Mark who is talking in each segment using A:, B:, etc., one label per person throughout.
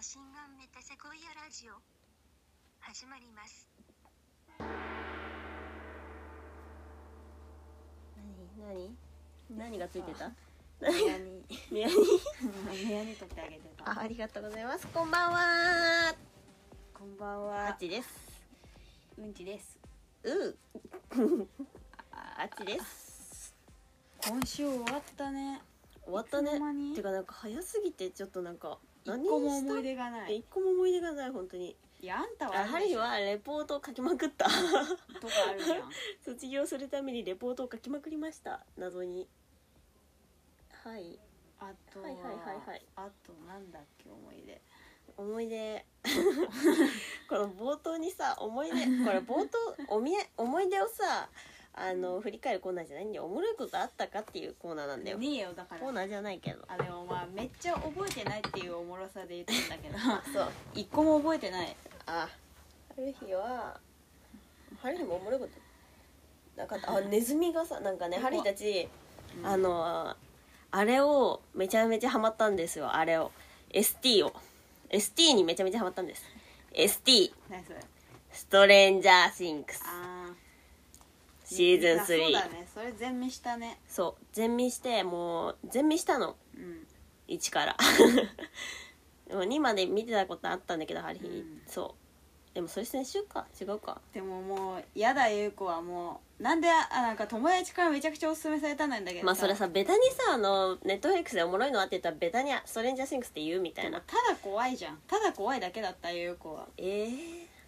A: 新顔メタセコイアラジオ始まります
B: 何
C: 何がついてた
B: 何部屋に
C: 部屋に
B: 部屋に取ってあげて
C: あ
B: た
C: ありがとうございますこんばんは
B: こんばん
C: あ
B: は
C: っちです
B: うんちです
C: ううあっちです
B: 今週終わったね
C: 終わった
B: い
C: ね
B: つの間に
C: てかなんか早すぎてちょっとなんか
B: 一
C: 何
B: 個も
C: した
B: 思
C: っ
B: い出がな
C: て
B: い
C: 一個も思い出がない本当に
B: いやあんたは
C: やはりはレポートを書きまくった
B: とかあるじゃん
C: 卒業するためにレポートを書きまくりました謎にはい
B: あとは,、
C: はいはいはいはい
B: あとなんだっけ思い出
C: 思い出この冒頭にさ思い出これ冒頭おみえ思い出をさあの振り返るコーナーじゃないんでおもろいことあったかっていうコーナーなんだよ
B: ねえよだから
C: コーナーじゃないけど
B: あでもまあめっちゃ覚えてないっていうおもろさで言ってんだけど
C: そう
B: 一個も覚えてない
C: あある日はある日もおもろいことなかったあネズミがさなんかねハリーたち、
B: うん
C: あのあれをめちゃめちゃハマったんですよあれを ST を ST にめちゃめちゃハマったんです ST
B: 何それ
C: ストレンジャーシンクス
B: あー
C: シーズン
B: あそう
C: 3
B: だねそれ全見したね
C: そう全見してもう全見したの
B: うん
C: 1から でも2まで見てたことあったんだけどハリー、
B: うん
C: そうでもそれ先週か違うか
B: でももうやだ優子はもうなんであなんか友達からめちゃくちゃおすすめされたんだけど
C: まあそれさベタにさあのネットフリックスでおもろいのあって言ったらベタにストレンジャーシングスって言うみた
B: で
C: い
B: も
C: な
B: ただ怖いじゃんただ怖いだけだった優子は
C: え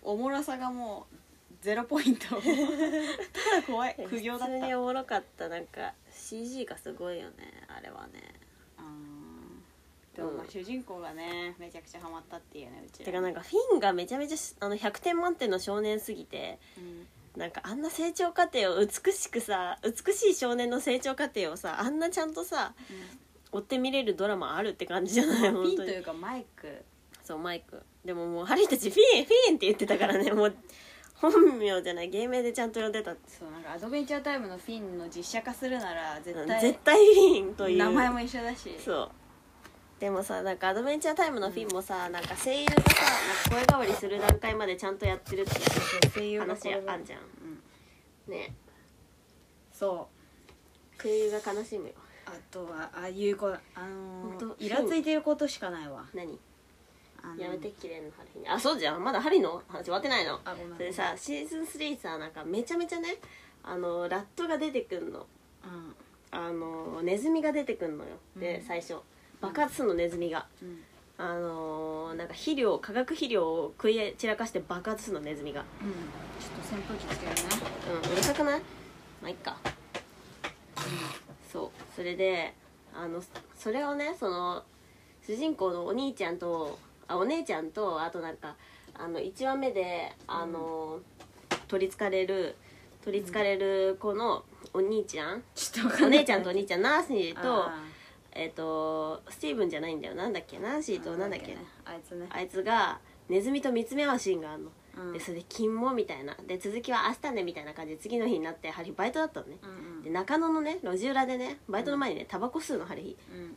B: おもろさがもうゼロポイン トただ怖い
C: えー、
B: 苦行だっ
C: 普通
B: た
C: におもろかったなんか CG がすごいよねあれはね
B: あーでもまあ
C: うん
B: 主人公がねめちゃくちゃハマったっていうねうちら
C: てかなんかフィンがめちゃめちゃあの100点満点の少年すぎて
B: うん
C: なんかあんな成長過程を美しくさ美しい少年の成長過程をさあんなちゃんとさ追って見れるドラマあるって感じじゃない
B: うん
C: 本
B: ピン
C: 当
B: と
C: に
B: いうかマイク
C: そうマイクでももうハリーたちフィンフィンって言ってたからねもう本名じゃない芸名でちゃんと呼んでた
B: そうなんかアドベンチャータイムのフィンの実写化するなら絶
C: うん
B: 対
C: 絶対フィンという
B: 名前も一緒だし
C: そうでもさなんかアドベンチャータイムのフィンもさ、なんか声優がさなんか声変わりする段階までちゃんとやってるって
B: 声優が
C: 話
B: 転ぶ
C: あんじゃん
B: うん
C: ね
B: そう
C: 声優が悲しむよ
B: あとはああいう子あの
C: ほんと
B: ーイラついてることしかないわ、
C: 何
B: あのー
C: やめて綺麗なハリーにあそうじゃんまだハリーの話終わってないの
B: あごめん
C: それさシーズン3さなんかめちゃめちゃねあのラットが出てくんの
B: うん
C: あのネズミが出てくんのよで、
B: うん
C: 最初爆発するのネズミが、
B: うん
C: あのーなんか肥料化学肥料を食い散らかして爆発するのネズミが
B: うんちょっと扇風機つけるね
C: うんうるさくないまあいっかそうそれであのそれをねその主人公のお兄ちゃんとあお姉ちゃんとあとなんかあの1話目であの、取りつかれる取りつかれる子のお兄ちゃん、
B: ちょっとわ
C: お
B: かんない
C: 姉ちゃんとお 兄ちゃんナーシーと
B: あ
C: えっ、とスティーブンじゃないんだよなんだっけナンシ
B: ー
C: ーとなんだっけ
B: ねあいつね
C: あいつがネズミと見つめ合うシーンがあるの、
B: うん
C: でそれで「金も」みたいなで続きは「明日ね」みたいな感じで次の日になってハリーバイトだったのね
B: うん
C: で中野のね路地裏でねバイトの前にねタバコ吸うのハリ
B: うんうん
C: ー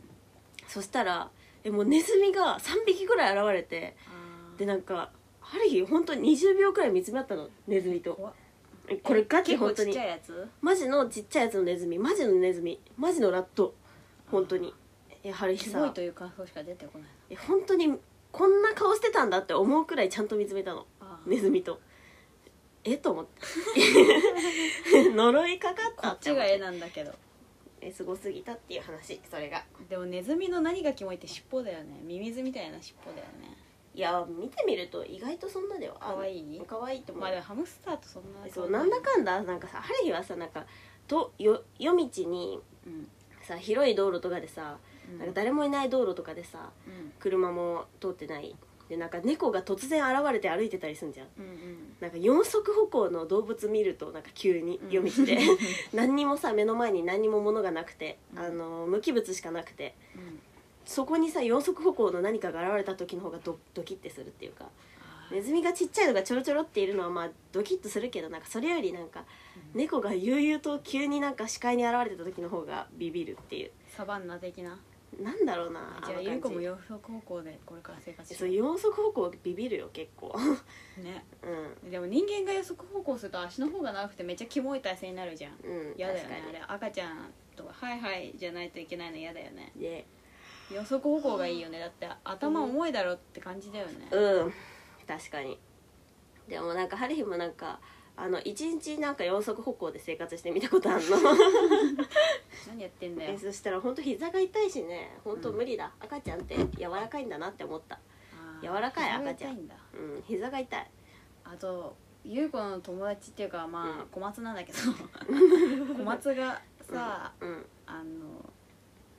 C: そしたらえもうネズミが3匹ぐらい現れて
B: あー
C: でなんかハリー本当に20秒くらい見つめ合ったのネズミと
B: 怖っ
C: えこれガチ
B: 結構
C: 本
B: ち
C: 当
B: っ
C: に
B: ちゃいやつ
C: マジのちっちゃいやつのネズミマジのネズミマジのラット本当にえハリー
B: キモい
C: さ
B: という感想しか出てこない
C: え本当にこんな顔してたんだって思うくらいちゃんと見つめたの
B: あー
C: ネズミとえと思って 呪いかかった
B: こっち
C: 思
B: が
C: て
B: 絵なんだけど
C: えすごすぎたっていう話それが
B: でもネズミの何がキモいって尻尾だよねミミズみたいな尻尾だよね
C: いや見てみると意外とそんなでは
B: 可愛い
C: 可愛いと思う、
B: まあでもハムスターとそんな
C: そうなんだかんだなんかさハリーはさなんかとよ夜道に
B: うん
C: さ広い道路とかでさ、
B: うん
C: なんか誰もいない道路とかでさ
B: うん
C: 車も通ってないでなんか猫が突然現れて歩いてたりすんじゃん
B: うんうん
C: なんか四足歩行の動物見るとなんか急に
B: うん
C: 夜道で、何にもさ目の前に何にも物がなくて、
B: うん
C: あの無機物しかなくて
B: うん
C: そこにさ四足歩行の何かが現れた時の方がドドキッてするっていうかネズミがちっちゃいのがちょろちょろっているのはまあドキッとするけどなんかそれよりなんか
B: うん
C: 猫が悠々と急になんか視界に現れてた時の方がビビるっていう
B: サバンナ的な
C: なんだろうな
B: じゃあ
C: の感
B: ゆうこも
C: じ
B: 洋服方向でこれから生活し
C: そう
B: よ
C: 四足歩行ビビるよ結構 う
B: うね
C: ん
B: でも人間が予測方向すると足の方が長くてめっちゃキモい体勢になるじゃん
C: うん
B: 嫌だよ
C: 確
B: ね
C: か
B: あれ
C: に
B: 赤ちゃんとかはいはいじゃないといけないの嫌だよね
C: で
B: 予測方向がいいよねだって頭重いだろって感じだよね
C: うん確かにでもなんかハリヒもなんかあの一日なんか四足歩行で生活してみたことあんの
B: 何やってんだよ
C: え そしたら本当膝が痛いしね本当
B: うん
C: 無理だ、赤ちゃんって柔らかいんだなって思った
B: あー
C: 柔らかい
B: 膝が
C: 赤ちゃん
B: 痛いんだ
C: うん膝が痛い
B: あとゆうこの友達っていうかまあ、
C: うん
B: 小松なんだ けど小松がさ、
C: うんうん
B: あの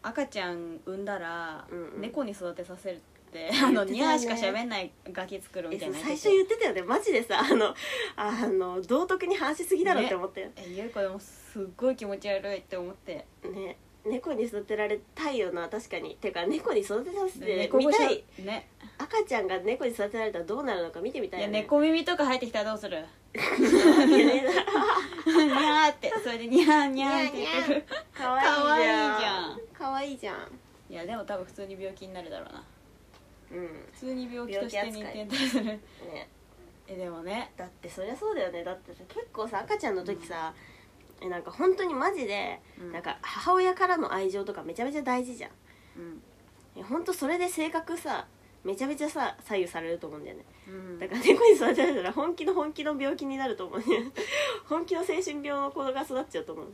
B: 赤ちゃん産んだら、
C: うんうん
B: 猫に育てさせるって、
C: あ
B: あの
C: 言ってたよね
B: ニャーしか喋んないガキ作るみ
C: え
B: たい
C: そ
B: うな
C: 最初言ってたよねマジでさあのあの道徳に反しすぎだろって思ったよ
B: えゆうこでもすっごい気持ち悪いって思って
C: ね猫に育てられたいよな確かにてか猫に育てさせて
B: 猫
C: み
B: 越
C: た
B: し
C: い
B: だね
C: 赤ちゃんが猫に育てられたらどうなるのか見てみた
B: い
C: い
B: や
C: よね
B: 猫耳とか入ってきたらどう する
C: いやね
B: ニャーってそれでニャーニャーって
C: ニ
B: 言
C: ャー
B: ってくる
C: 可愛いじゃ
B: 可愛い
C: ん
B: じ
C: 可愛いじゃん
B: いやでも多分普通に病気になるだろうな
C: うん
B: 普通に病気として
C: 病気
B: 認
C: 扱い
B: 定する
C: ね
B: えでもね
C: だってそりゃそうだよねだってさ結構さ赤ちゃんの時さ、えなんか本当にマジで、
B: うん
C: なんか母親からの愛情とかめちゃめちゃ大事じゃん
B: うん
C: え本当それで性格さめちゃめちゃさ左右されると思うんだよね
B: うん
C: だから猫に育てられたら本気の本気の病気になると思う ね本気の精神病の子が育っちゃうと思う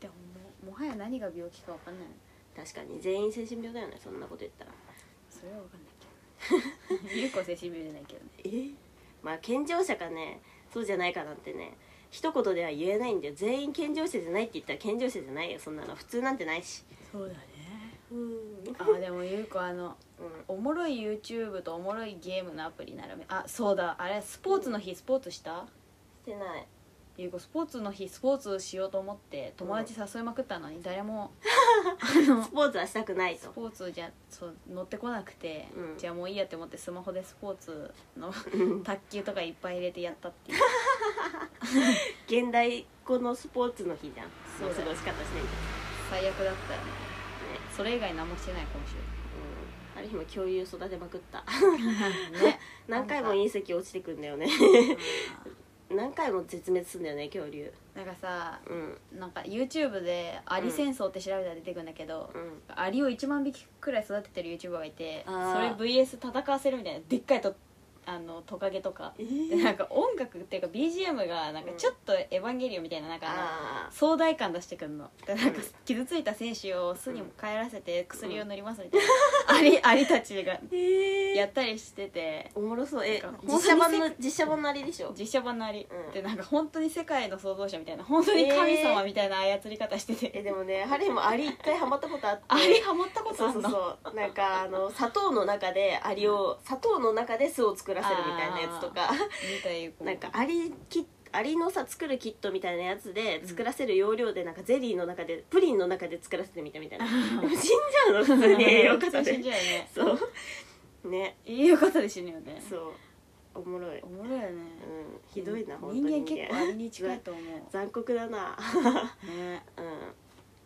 B: でもももはや何が病気か分かんない
C: 確かに全員精神病だよねそんなこと言ったら
B: それは分かんない けどゆうこ精神病じゃないけどね
C: えまあ健常者かねそうじゃないかなんてね一言では言えないんだよ全員健常者じゃないって言ったら健常者じゃないよそんなの普通なんてないし
B: そうだね
C: うん
B: あでもゆうこあのおもろい YouTube とおもろいゲームのアプリ並べあそうだあれスポーツの日スポーツした
C: してない
B: ゆうこスポーツの日スポーツしようと思って友達誘いまくったのに誰も
C: スポーツはしたくない
B: ス
C: と
B: ポーツじゃそう乗ってこなくて、
C: うん
B: じゃあもういいやって思ってスマホでスポーツの卓球とかいっぱい入れてやったって いう
C: 現代語のスポーツの日じゃん
B: そうだよ
C: 過ごし方してみた
B: 最悪だったよね
C: ね
B: それ以外何もしてない今週
C: うんある日も恐竜育てまくっ た
B: ね
C: 何回も隕石落ちてくんだよね何回も絶滅すんだよね恐竜
B: なんかさ
C: うん
B: なんか YouTube でアリ戦争って調べたら出てくるんだけど、
C: うん
B: アリを1万匹くらい育ててる YouTuber がいてそれ
C: あー
B: VS 戦わせるみたいなでっかいとあのトカゲとか
C: え
B: でなんか音楽っていうか BGM がなんかちょっと「エヴァンゲリオン」みたいななんかあの
C: あー
B: 壮大感出してくんのでなんか
C: うん
B: 傷ついた選手を巣に帰らせて薬を塗りますみたいな、アリアリたちが
C: え
B: やったりしてて
C: おもろそうえ
B: なんか
C: 実写版の
B: 本当
C: 実写版のあれでしょ
B: 実写版のアリ、
C: うん
B: でなんか本当に世界の創造者みたいな本当に神様みたいな操り方してて、
C: えでもねハリーもアリ一回ハマったことあって
B: アリハマったこと
C: そ
B: あ
C: うんそ
B: の
C: うそうなんかあの砂糖の中でアリを砂糖の中で巣を作らせるみたいなやつとか
B: みたい
C: なんかアリキッアリのさ作るキットみたいなやつで作らせる要領でなんかゼリーの中でプリンの中で作らせてみた みたいなでも死んじゃうの普通に栄養過多
B: 死ん
C: で
B: じ ゃうよね
C: そうね
B: 栄養過多で死ぬよね
C: そうおもろい、う
B: お
C: ん、
B: もろいよね、
C: ひどいな本当
B: 人
C: に
B: 間結構アリに近いと思う
C: 残酷だな
B: ね
C: う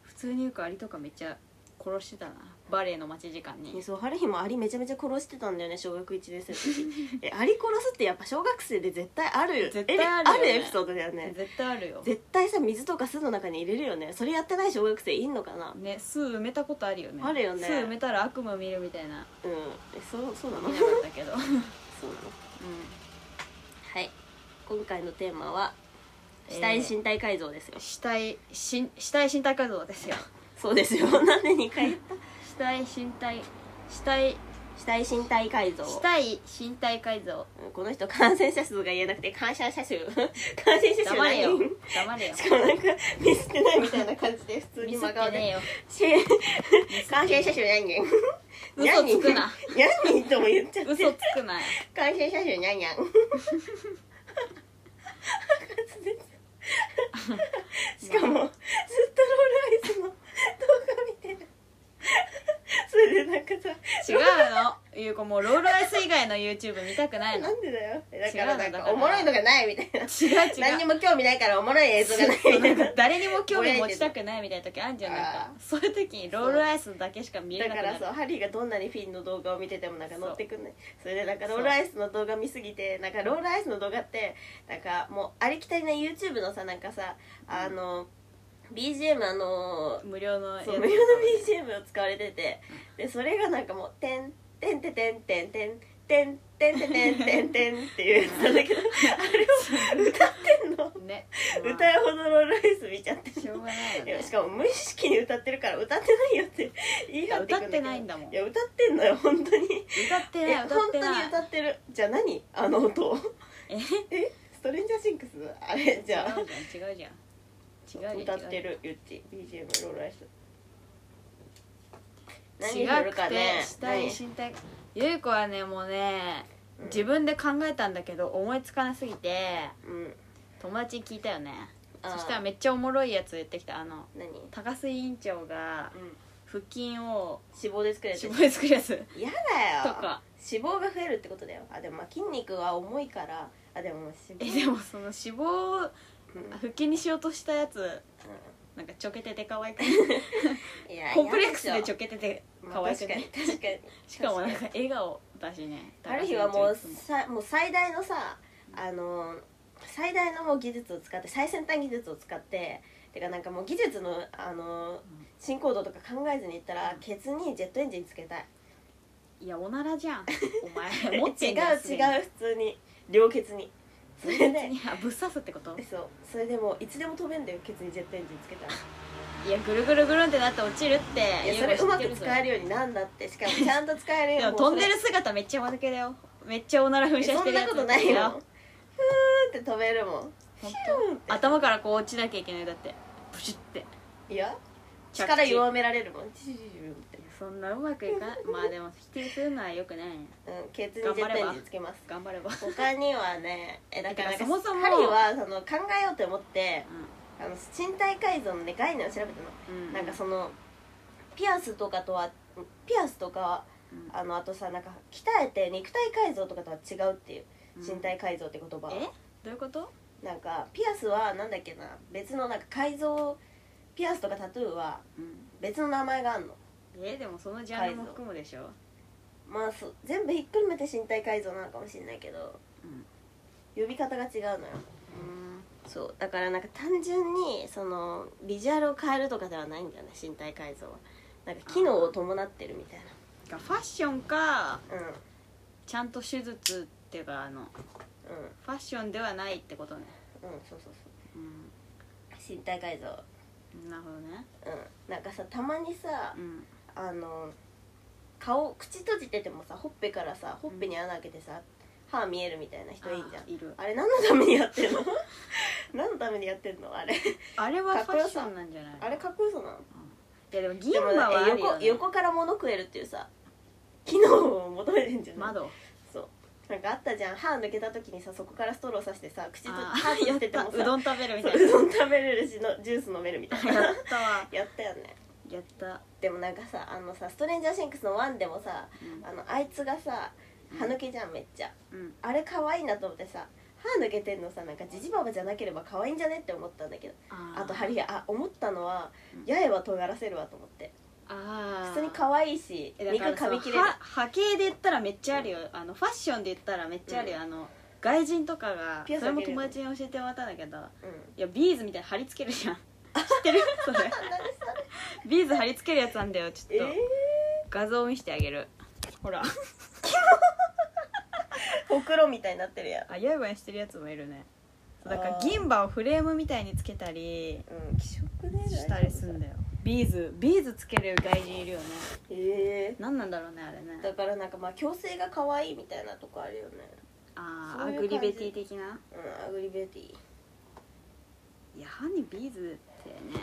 B: 普通に言うかアリとかめっちゃ殺してたなバレエの待ち時間
C: んね
B: に
C: そう春日もアリめちゃめちゃ殺してたんだよね小学1年生 の時えアリ殺すってやっぱ小学生で絶対ある
B: 絶対あるよね
C: えエピソードだよね
B: 絶対あるよ
C: 絶対さ水とか巣の中に入れるよねそれやってない小学生いんのかな
B: ね巣埋めたことあるよね
C: あるよね
B: 巣埋めたら悪夢見るみたいな
C: うんえそうそうなの
B: 見なかったけど、うん、
C: そうなのはい今回のテーマは
B: えー
C: 死体身体改造ですよ、
B: 死体し死体身体改造ですよ
C: そうですよなんで2回言った
B: 死体身体死体
C: 死体身体改造
B: 死体身体改造
C: うんこの人感染者数が言えなくて感染者数 感染者数
B: 黙れよ
C: 何人
B: 黙れよ
C: しかもなんかミスってないみたいな感じで普通に
B: ミスっ
C: 真
B: て
C: 顔
B: ねえ
C: で
B: よ
C: し 感染者数何人
B: 嘘つくな
C: 何人とも言っちゃって
B: 嘘つくなよ
C: 感染者数 何やんしかもずっとロールアイスの動画見てるそそれでなんかさ
B: 違うのゆう子もうロールアイス以外の YouTube 見たくない の
C: なんでだよだからな
B: 違うんのだ
C: か
B: から
C: おもろいのがないみたいな
B: 違う違う
C: 何にも興味ないからおもろい映像がないみたい
B: なん
C: な
B: か誰にも興味持ちたくないみたいな時あんじゃんなんか
C: あ
B: そういう時にロールアイスだけしか見え
C: だ
B: な
C: か
B: くな
C: ら
B: る
C: そうハリーがどんなにフィンの動画を見ててもなんか乗ってくんないそれでなんか
B: そう
C: ロールアイスの動画見すぎてなんかロールアイスの動画ってなんかもうありきたりな YouTube のさなんかさあの BGM あの
B: 無料のやつ
C: そう無料の BGM を使われててでそれがなんかもう「てんてんてんてんてんてんてんてんてんてんてんてん」っていうやつなんだけどあれを歌ってんの
B: ね
C: 歌うほどロールアイス見ちゃって
B: しょうがないよ
C: いや
B: ね
C: しかも無意識に歌ってるから歌ってないよって言い張ってく
B: 歌ってないんだもん
C: いや歌ってんのよ本当に
B: 歌って
C: い
B: ない
C: や
B: 歌っ
C: 本
B: て
C: 当
B: な
C: に歌
B: い
C: ってるじゃあ何あの音
B: え
C: えストレンジャーシンクスあれじゃあ
B: 違うじゃん違うじゃん違うじ
C: 歌
B: ゃん
C: ってるゆっち BGM ロールアイス
B: 違う
C: 何振
B: 違
C: る
B: く
C: か
B: て
C: ね
B: したい身体ゆう子はねもうね自分で考えたんだけど思いつかなすぎて
C: 何うん
B: 友達に聞いたよね
C: あー
B: そしたらめっちゃおもろいやつ言ってきたあの
C: 何うん
B: 高須委員長が腹筋を
C: 脂肪で作れてる
B: 絞り作るやつ
C: や
B: と
C: だよ
B: か
C: 脂肪が増えるってことだよあでもまあ筋肉は重いからあでも脂
B: え
C: 肪
B: でもその脂肪を
C: うん
B: 腹筋にしようとしたやつ
C: う
B: なんかちょけてて可愛く
C: んいや
B: コンプレックスでち
C: ょ
B: ょけてて
C: ま
B: 可
C: あ
B: 愛
C: 確
B: く
C: かに
B: ね
C: 確かに
B: しかもなん
C: 確
B: か
C: に
B: 笑顔だしね
C: ある日はもう
B: 高須委員
C: さもう最大のさあの最大のもう技術を使って最先端技術を使っててかなんかもう技術のあの
B: ん
C: 進行度とか考えずにいったら
B: うん
C: ケツにジェットエンジンつけたい
B: 長いやおならじゃんお 前
C: 違う
B: 持ってんじゃん
C: 違う普通に両ケツにそれで
B: いやぶっ刺すってこと
C: そうそれでもういつでも飛べんだよケツにジェットエンジンつけたら
B: いやぐるぐるぐるんってなって落ちるって
C: いやそれうまく使え
B: る
C: るようになんだってしかもちゃんと使えるよ
B: でも
C: うにもうそ
B: 飛ん
C: れ
B: でる姿めっちゃ間抜けだよめっちゃおなら噴射し
C: そ
B: て
C: ん
B: るや
C: な
B: つ
C: ことないよふーんって飛べるもん
B: 本
C: ふーんっ
B: 当頭からこう落ちなきゃいけないよだってプシュって
C: ていや
B: 着地
C: 力弱められるもんチュチュチュチュって
B: いやそん なうまくいかないまあでも否定するのはよくないね
C: うんケツにジェットエンジンつけます
B: 頑張れば
C: 他にはねえだから
B: だからそもそも
C: ハリーはその考えようと思って
B: う
C: あの身体改造のね概念を調べたの、
B: ん
C: なんかそのピアスとかとはピアスとか
B: うん
C: あのあとさなんか鍛えて肉体改造とかとは違うっていう身体改造って言葉、
B: えどういうこと
C: なんかピアスはなんだっけな別のなんか改造ピアスとかタトゥーは別の名前があんの
B: えでもそのジャンルも含むでしょ
C: まあそう全部ひっくるめて身体改造なのかもしれないけど、呼び方が違うのよ
B: うん
C: そうだからなんか単純にそのビジュアルを変えるとかではないんだよね身体改造はなんか機能を伴ってるみたい
B: がファッションか
C: なうん
B: ちゃんと手術っていうかあの
C: うん
B: ファッションではないってことね
C: うんそうそうそ
B: う
C: う
B: ん
C: 身体改造
B: なるほどね
C: うんなんかさたまにさ
B: うん
C: あの顔口閉じててもさほっぺからさほっぺに穴開けてさ、歯見えるみたいな人いいじゃん
B: あいる
C: あれ何のためにやってんの 何のためにやってんのあれ
B: あれは
C: かっ
B: フ
C: こ
B: ァ
C: よ
B: ッシ
C: さ
B: ョンなんじゃない
C: あれかっこよさなの
B: いやでも銀
C: で
B: 歯
C: も
B: はあるよ、
C: 横
B: ね、
C: 横から物食えるっていうさ機能を求めてんじゃない
B: 窓
C: そうなんかあったじゃん歯抜けた時にさそこからストローさしてさ口と
B: あ
C: 歯閉じてて も
B: う
C: さ
B: どん食べるみ
C: そ
B: た
C: うう
B: い
C: どん食べれるしのジュース飲めるみたい
B: なや
C: な
B: ったわ
C: やったよね
B: やった
C: でもなんかさあのさストレンジャーシンクスのワンでもさあのあいつがさ
B: うん
C: 歯抜けじゃんめっちゃ
B: うん
C: あれ可愛いなと思ってさ歯抜けてんのさなんかジジババじゃなければ可愛いんじゃねって思ったんだけどあとハリーあ思ったのは
B: うん
C: 八重は尖らせるわと思って
B: あー
C: 普通に可愛いし
B: えだ
C: 肉
B: から
C: 噛み
B: そ
C: 切
B: の
C: れる
B: は波形で言ったらめっちゃあるよ、あのファッションで言ったらめっちゃあるよ、あの外人とかが
C: ピアス
B: それも
C: 開ける
B: 友
C: よね
B: 達に教えてもらったんだけど
C: うん
B: いやビーズみたいに貼り付けるじゃん知って るそれ
C: あ何それ
B: ビーズ貼り付けるやつなんだよちょっ
C: え
B: と、画像を見せてあげるほら
C: ー、ほくろみたいになってるやん
B: あやばにしてるやつもいるね
C: あー
B: だから銀歯をフレームみたいにつけたり
C: うん気色ね
B: したりすんだよビーズビーズつける外人いるよね
C: え
B: 何なんだろうねあれ
C: ー、
B: ね
C: だからなんかまあ矯正が可愛いみたいなとこあるよね
B: ああ
C: そう
B: ア
C: いう
B: グリベ
C: 感じ
B: ティ的な
C: うんアグリベティ
B: いや歯にビーズってね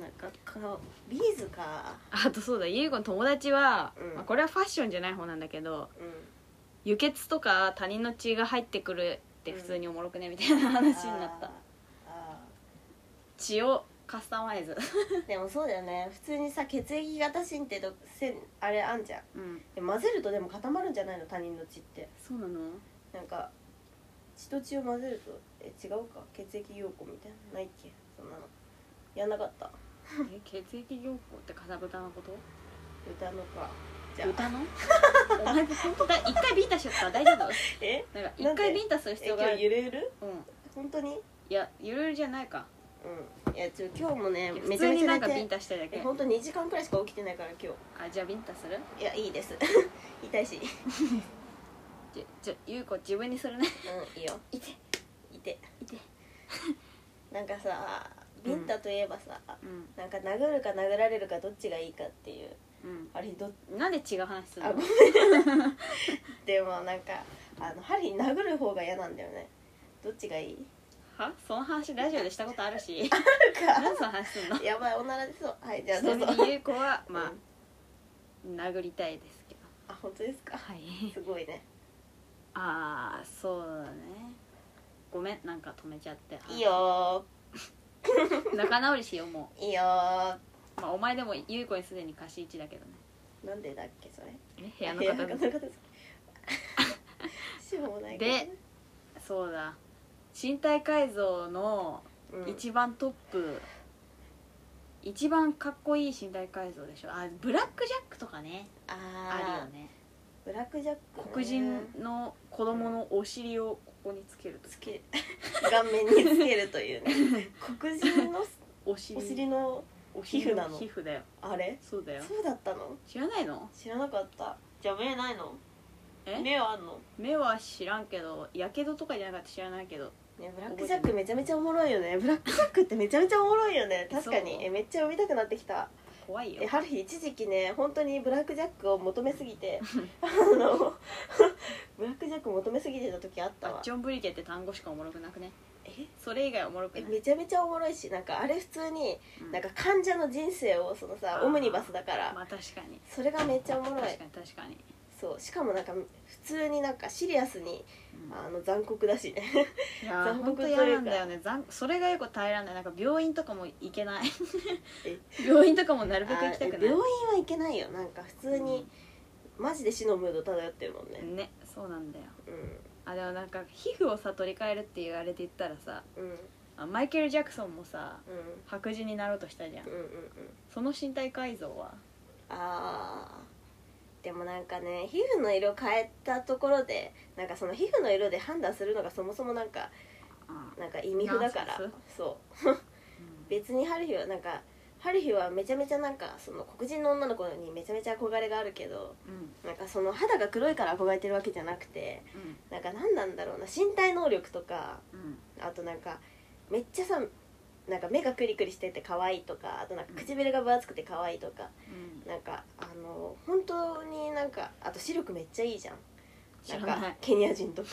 C: なんか顔ビーズか
B: あとそうだゆう子の友達は、
C: うん
B: まあ、これはファッションじゃない方なんだけど
C: うん
B: 輸血とか他人の血が入ってくるって普通におもろくねみたいな話になった
C: あーあ
B: 血をカスタマイズ
C: でもそうだよね普通にさ血液型診定とせんあれあんじゃん
B: うん
C: で混ぜるとでも固まるんじゃないの他人の血って
B: そうなの
C: なんか血と血を混ぜるとえ違うか血液凝固みたいなないっけそんなのやんなかった
B: え血液凝固ってかさぶたのこと
C: 豚のかじゃあ
B: 豚 のお前本当だ一回ビンタしちゃった大丈夫
C: え
B: なんか
C: な
B: 一
C: んで
B: 回ビンタする必
C: え
B: 要
C: 今
B: があ
C: 日
B: る
C: ゆるゆる
B: うん
C: 本当に
B: いやゆるゆるじゃないか
C: うんいやちょ今日もね
B: 普
C: めち
B: 通
C: ゃめ
B: に
C: ち
B: な
C: ゃ
B: ん
C: 寝
B: かビン
C: て
B: タしただけ
C: え本当2時間くらいしか起きてないから今
B: あじゃあビンタする
C: 日いやいいです 痛いし
B: じゃじゃゆうこ自分にするね
C: うんいいよ
B: いて
C: いて
B: いて
C: なんかさビンタといえばさ、
B: うん
C: なんか殴るか殴られるかどっちがいいかっていう
B: う
C: あれどっ
B: んなんで違う話する
C: あ
B: の
C: ごめん でもなんかあの針殴る方が嫌なんだよねどっちがいい
B: はその話ラジオでしたことあるし
C: なん
B: 何その話すんの
C: かやばいおなら出そうはいじゃあ
B: ち
C: ど
B: な
C: う
B: み
C: ぞ
B: にゆうこは
C: うん
B: まあ殴りたいですけど
C: あ本当ですか
B: はい
C: すごいね
B: ああそうだねごめんなんか止めちゃって
C: いいよ
B: 仲直りしようも
C: ーいいよー
B: う、まあ、お前でもゆうこにすでに貸し1だけどね
C: なんでだっけそれ
B: え部屋の方
C: 部屋
B: で
C: の方ですしょうもないけどね
B: でそうだ身体改造の
C: うん
B: 一番トップ、一番かっこいい身体改造でしょあブラックジャックとかね
C: あ
B: ある
C: あ
B: よね
C: ブラックジャックね
B: 黒人の子供のお尻をここにつけると
C: つけ 顔面につけるというね黒人の
B: お尻
C: お尻の
B: お
C: 皮膚なの
B: 皮膚だよ
C: あれ
B: そうだよ
C: そうだったの
B: 知らないの
C: 知らなかったじゃあ目ないの
B: え
C: 目はあんの
B: 目は知らんけどやけどとかじゃなかったら知らないけど
C: ねブラックジャックめちゃめちゃおもろいよねブラックジャックってめちゃめちゃおもろいよね確かに
B: そう
C: えめっちゃ読みたくなってきた
B: 怖いよ
C: えハルヒ一時期ね本当にブラックジャックを求めす ぎてあの ブラックジャック求めすぎてた時あっ
B: バ
C: た
B: ッ
C: わ
B: チョンブリケって単語しかおもろくなくね
C: え
B: それ以外おもろく
C: え
B: ない
C: めちゃめちゃおもろいしなんかあれ普通に
B: うん
C: なんか患者の人生をそのさ
B: あー
C: オムニバスだから
B: まあ確かに
C: それがめっちゃおもろい
B: 確かに確かに
C: そうしかもなんか普通になんかシリアスに
B: うん
C: あの残酷だしね
B: いやー
C: 残
B: 本当
C: 酷とい
B: 嫌
C: うか
B: なんだよね残それがよく耐えらんないなんか病院とかも行けない
C: え
B: 病院とかもな
C: あ
B: るべく行き
C: ー
B: た
C: え
B: くない
C: 病院はいけないよなんか普通に、マジで死のムード漂ってるもん
B: う
C: ね
B: んねそうなんだよ
C: う
B: あでもなんか皮膚をさ取り替えるって言われて言ったらさ
C: んうんうん
B: あマイケル・ジャクソンもさ
C: うん
B: 白人になろうとしたじゃん
C: うんうんうん
B: その身体改造は
C: あーでもなんかね皮膚の色変えたところでなんかその皮膚の色で判断するのがそもそもなんかなんか意味不だから
B: ナンセン
C: そう
B: うん
C: 別にハルヒはなんかハルヒはめちゃめちゃなんかその黒人の女の子にめちゃめちゃ憧れがあるけど
B: うん
C: なんかその肌が黒いから憧れてるわけじゃなくて
B: うん
C: なんか何なんだろうな身体能力とか
B: うん
C: あとなんかめっちゃさなんか目がクリクリしてて可愛いとかあとなんか唇が分厚くて可愛いとか、
B: うん
C: なんかあの本当になんかあと視力めっちゃいいじゃん
B: 知ら
C: な
B: なん
C: か
B: い
C: ケニア人 とか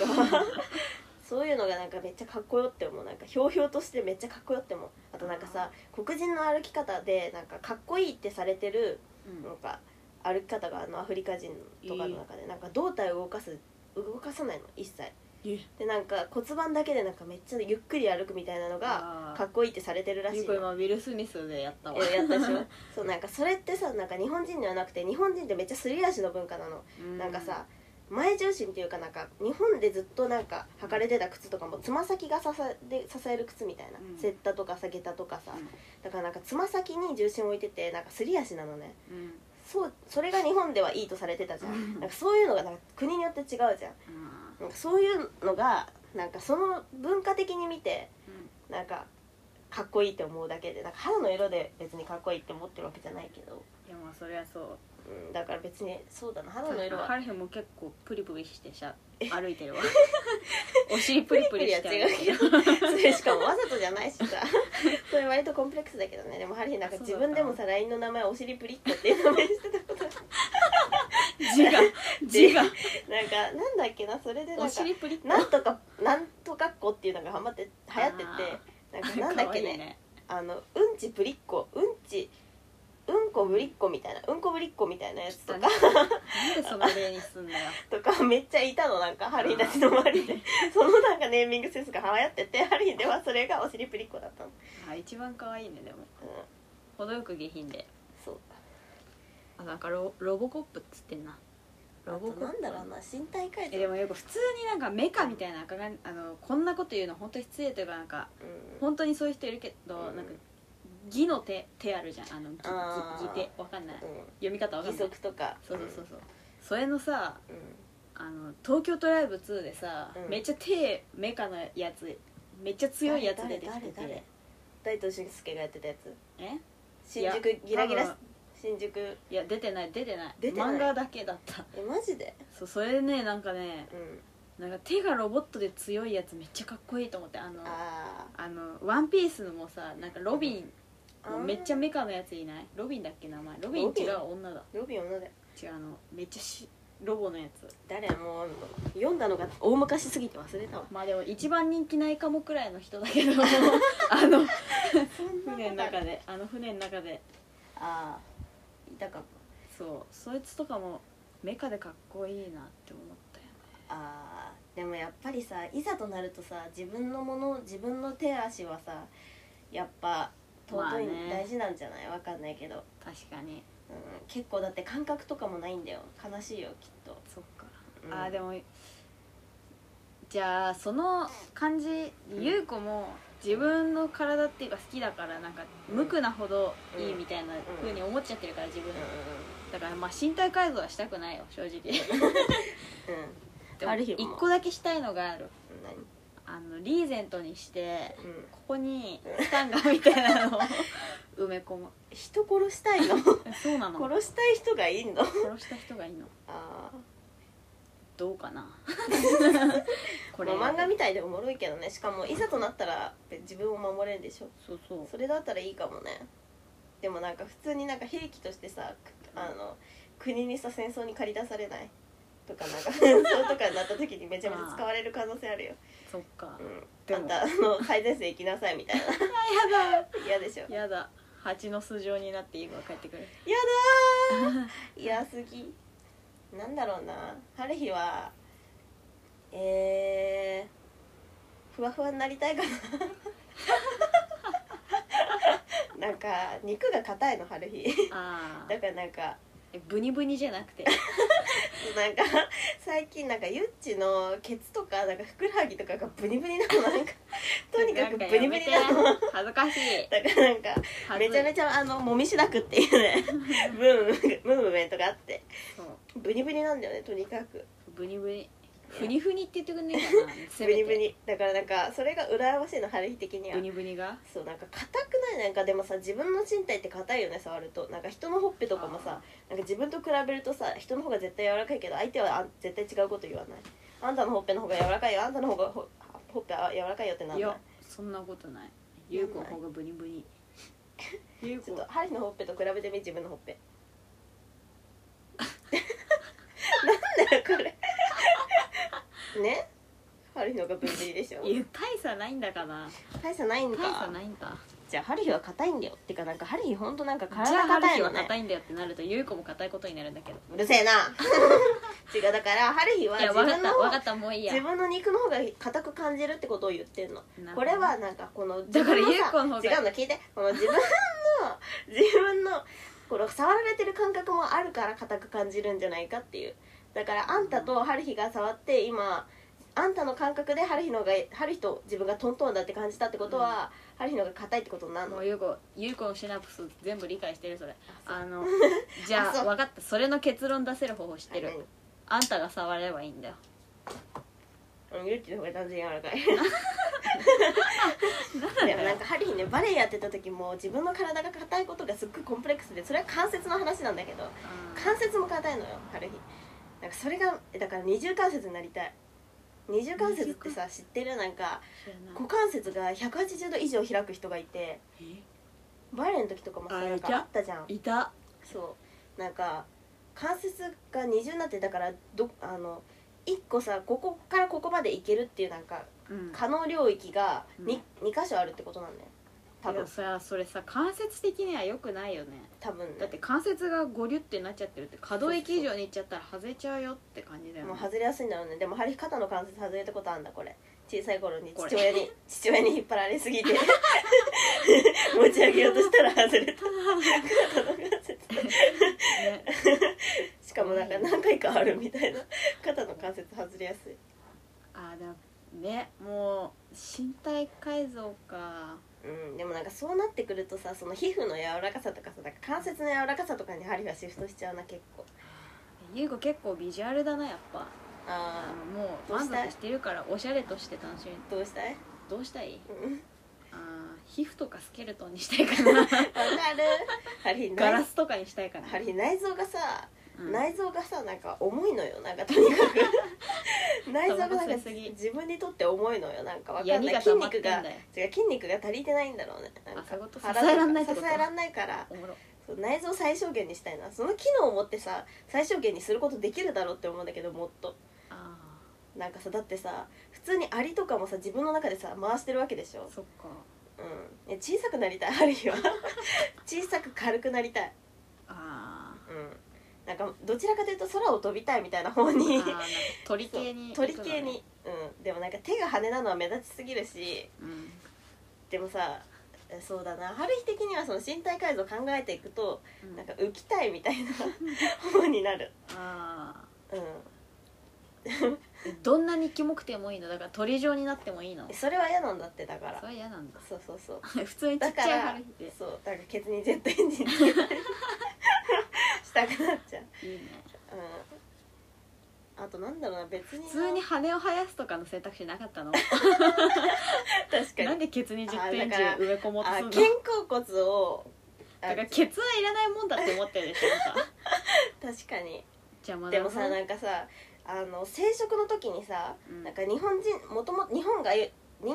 C: そういうのがなんかめっちゃかっこよって思うなんかひょうひょうとしてめっちゃかっこよって思うあとなんかさ黒人の歩き方でなんかかっこいいってされてる
B: うん
C: なんか歩き方があのアフリカ人とかの中でなんか胴体を動かす動かさないの一切
B: え
C: でなんか骨盤だけでなんかめっちゃゆっくり歩くみたいなのが
B: あー
C: かっこいいってされてるらし
B: ゆう
C: い
B: こ
C: の
B: 今ウィル・スミスでやったわ
C: えやったで しょそうなんかそれってさなんか日本人ではなくて日本人ってめっちゃすり足の文化なの、なんかさ前重心っていうかなんか日本でずっとなんか履かれてた靴とかもつま先が支えで支える靴みたいな、
B: うん
C: セッタとかさ下駄とかさ、
B: うん
C: だからなんかつま先に重心を置いててなんかすり足なのね
B: うんうん
C: そうそれが日本ではいいとされてたじゃ
B: うんん
C: なんかそういうのがなんか国によって違うじゃんなんかそういうのがなんかその文化的に見て
B: うん
C: なんかかっこいいって思うだけでなんか肌の色で別にかっこいいって思ってるわけじゃないけど、
B: いやまあそりゃそう
C: うん、だから別にそうだな肌の色は
B: ハルヒも結構プリプリしてしゃ歩いてる わお尻プリプリして
C: プリプリは違 うけどそれしかもわざとじゃないしさ それ割とコンプレックスだけどねでもハリーなんか自分でもさ LINE の名前お尻プリッコっていう名前にしてた ことある
B: 字が字が
C: なんかなんだっけなそれでな
B: お
C: んか
B: 尻プリって
C: なんとかなんとかっこっていうのがはまって流行っててなんかなんだっけ
B: 可愛い
C: ねあのうんちプリッコうんちうんこぶりっこみたいなうんこぶりっこみたいなやつとか
B: なんでその例にすんだよ
C: とかめっちゃいたのなんかハリーたちの周り でそのなんかネーミングセンスが流行っててハリーではそれがお尻プリっ子だったの、
B: あ一番可愛いねでも
C: うん、
B: 程よく下品で
C: そう
B: あなんかロロボコップっつってんなロボコップ
C: あとなんだろうな身体改
B: え
C: 造
B: でもよく普通になんかメカみたいな赤があのこんなこと言うの本当に失礼というかなんか
C: うん
B: 本当にそういう人いるけど、
C: うん
B: なんか義の手手あるじゃんあの義
C: あー
B: 義手わかんない読み方わ
C: う
B: か
C: ん義
B: んない
C: 足とか
B: そうそうそうそうそれのさ
C: うん、うん
B: あの東京トライブ2でさ、
C: うん
B: めっちゃ手メカのやつめっちゃ強いやつ出てきて
C: 誰誰
B: て
C: 誰大東俊介がやってたやつ
B: え
C: 新宿ギラギ
B: 多
C: ラ
B: 分
C: 新宿え
B: いや出てない出てない
C: 出てない
B: 漫画だけだった
C: マジで
B: そうそれでねなんかね
C: うん
B: なんか手がロボットで強いやつめっちゃかっこいいと思ってあの
C: あ
B: あのワンピースのもさなんかロビン
C: あー
B: めっちゃメカのやついないロビンだっけ名前ロビン
C: ロビン
B: 違う女だ
C: ロビン女だよ
B: 違うあのめっちゃしロボのやつ
C: 誰もう読んだのが大昔すぎて忘れたわ
B: まあでも一番人気ないかもくらいの人だ けどあの船の中であの船の中で
C: ああいたかも
B: そうそいつとかもメカでかっこいいなって思ったよね
C: あーでもやっぱりさいざとなるとさ自分のもの自分の手足はさやっぱ尊い、
B: まあね
C: 大事なんじゃないわかんないけど、うん、
B: 確かに
C: 結構だって感覚とかもないんだよ悲しいよきっと、
B: そっか、
C: うん
B: あーでもじゃあその感じ
C: ん
B: 優子も自分の体っていうか好きだからなんか
C: うん
B: 無垢なほどいい
C: うん
B: みたいな風に思っちゃってるから自分
C: う
B: だからまあ身体改造はしたくないよ正 直
C: んうんうん
B: でも
C: ある日も
B: 一個だけしたいのがある
C: 何
B: あのリーゼントにして
C: うん
B: ここにスタンガンみたいな のを埋め込む
C: 人殺したいの
B: えそうなの
C: 殺したい人がいんの
B: 殺した人がいいの
C: あ
B: どうか な
C: こ
B: こ
C: れ
B: れ
C: 漫画みたいでおもろいけどねしかもいざとなったら自分を守れるでしょ
B: そうそう
C: それだったらいいかもねでもなんか普通になんか兵器としてさくあの国にさ戦争に駆り出されないとかなんか戦争とかになった時にめちゃめちゃ使われる可能性あるよ、
B: そっか
C: うん、
B: で
C: あ
B: も
C: んたあの最前線行きなさいみたいな
B: やだ
C: 嫌でしょ や
B: やだ蜂の巣状になっていい子が帰って くる
C: だー嫌すぎなんだろうな春日はえー、ふわふわになりたいかななんか肉が硬いの春日
B: ああ
C: だからなんか
B: ブニブニじゃなくて
C: なんか最近なんかゆっちのケツとかなんかふくらはぎとかがブニブニなのな んか とにかくブ
B: なんや
C: ニブ
B: め
C: ニ
B: て
C: なのだか
B: 恥ず かしい
C: らなんか
B: 恥ず
C: めちゃめちゃあのもみしなくっていう ねブームブームメントがあって
B: そう
C: ブニブニなんだよねとにかく
B: ブニブニふにふにって言ってくんねえか なせ
C: ブ
B: めて
C: ニブニだからなんかそれが羨ましいの春日的には
B: ブニブニが
C: そうなんか硬くないなんかでもさ自分の身体って硬いよね触るとなんか人のほっぺとかもさなんか自分と比べるとさ人の方が絶対柔らかいけど相手はあ絶対違うこと言わないあんたのほっぺの方が柔らかいよあんたの方がほほっぺは柔らかいよってなん
B: い
C: ない
B: やそんなことない優子の方がブニブ ニ優子
C: ちょっと針のほっぺと比べてみ自分のほっ ぺなんだよこれね針の方が分離でしょ
B: いや大差ないんだかな
C: 大差ないん
B: 大
C: か
B: 差ないんだ
C: じゃあハリヒは硬いんだよってかなんかハリヒほんとなんか
B: じゃ
C: 体
B: あ
C: 硬い
B: 春日
C: の
B: は
C: ね
B: 硬いんだよってなると優子も硬いことになるんだけど
C: うるせ えな違うだからハリヒはい
B: や
C: 自
B: わかっ
C: 分
B: た
C: の
B: わ
C: 方
B: かったもういいや
C: 自分の肉の方が硬く感じるってことを言ってんの
B: なるほ
C: こ
B: ど
C: れはなんかこの
B: だから
C: 自分
B: ゆうこの方
C: のさ
B: が
C: 違うの聞いてこの自分の自分のこの触られてる感覚もあるから硬く感じるんじゃないかっていうだからあんたと春日が触って今あんたの感覚で春日のが春日と自分がトントンだって感じたってことは、春日のが硬いってことになる
B: も
C: の
B: うゆうこゆうこのシナプス全部理解してるそれあ のじ
C: あ
B: ゃ
C: そ
B: あ
C: う
B: 分かったそれの結論出せる方法知ってる
C: はい
B: あんたが触ればいいんだよ
C: うんゆっちの方が断然柔らかい
B: だ
C: で
B: よ
C: もなんかハリーねバレエやってた時も自分の体が硬いことがすっごいコンプレックスでそれは関節の話なんだけど関節も硬いのよハリーなんかそれがだから二重関節になりたい二重関節ってさ知ってるなんか股関節が180度以上開く人がいてバレエの時とかもさ
B: あ
C: なん
B: い
C: か
B: た
C: あったじゃん
B: いた
C: そうなんか関節が二重になってだからどあの一個さここからここまでいけるっていうなんか
B: うん
C: 可能領域が 2,、
B: うん
C: 二箇所あるってことなんだよ多分
B: いやさそれさ関節的には良くないよね
C: 多分ね
B: だって関節がゴリュってなっちゃってるって可動域以上にいっちゃったら外れちゃうよって感じだよね
C: もう外れやすいんだろうねでも針肩の関節外れたことあんだこれ小さい頃に
B: これ
C: 父親に父親に 引っ張られすぎて持ち上げよう としたら外れた肩の関節
B: ね
C: しかもなんか何回かあるみたいな肩の関節外れやすい
B: あーでもねもう身体改造か
C: うん、でもなんかそうなってくるとさその皮膚の柔らかさとかさなんか関節の柔らかさとかに針はシフトしちゃうな結構
B: 優子結構ビジュアルだなやっぱあ
C: あ
B: のもう満足してるからおしゃれとして楽しみ
C: あどうしたい、
B: どうしたい
C: うん、
B: あー皮膚とかスケルトンにしたいか な
C: わかる針
B: ガラ
C: 内
B: スとかにしたいかな、
C: 針内臓がさ、
B: うん
C: 内臓がさなんか重いのよなんかとにか く内臓がなん
B: タバコ
C: か
B: 吸いすぎ
C: 自分にとって重いのよなんかわかん
B: 闇
C: ない
B: が
C: 筋
B: 溜まって
C: 肉
B: んだ
C: が
B: よ
C: 違う筋肉が足りてないんだろうねなん
B: あ
C: か
B: そういうこと
C: 腹と
B: 支えらんないってこと
C: 支えらんないから
B: おもろ
C: そう内臓最小限にしたいなその機能を持ってさ最小限にすることできるだろうって思うんだけどもっと
B: あ
C: なんかさだってさ普通にアリとかもさ自分の中でさ回してるわけでし
B: ー、
C: ょ
B: そっか
C: うん、ね小さくなりたいアリは 小さく軽くなりたい、
B: あー
C: うん、なんかどちらかというと空を飛びたいみたいな方に
B: あ ーなんか鳥系に
C: そう鳥
B: 行くのね
C: 系に、うん、でもなんか手が羽なのは目立ちすぎるし
B: うん
C: でもさえそうだな春日的にはその身体改造を考えていくと
B: うん
C: なんか浮きたいみた いな方になる、
B: あ
C: うん、
B: ーえどんなにキモくてもいいのだから鳥状になってもいいの
C: えそれは嫌なんだってだか
B: そ
C: ら
B: れ嫌なんだ
C: そうそうそう
B: 普通にち
C: だ
B: っち
C: か
B: ゃい
C: ら
B: 春日で
C: そうだからケツにジェットエンジンつけた りしたくなっちゃう、
B: いいね
C: うん、あとなんだろうな別にな
B: 普通に羽を生やすとかの選択肢なかったの
C: 確かに
B: なんでケツに10ペンチ
C: あだから
B: 植え込もうと
C: あ
B: すんの
C: 肩甲骨をあ
B: だからケツはいらないもんだって思ってるでしょあんた
C: 確かに
B: 邪魔だ
C: で
B: な
C: もさなんかさあの生殖の時にさ、
B: うん
C: なんか日本人もとも日本が人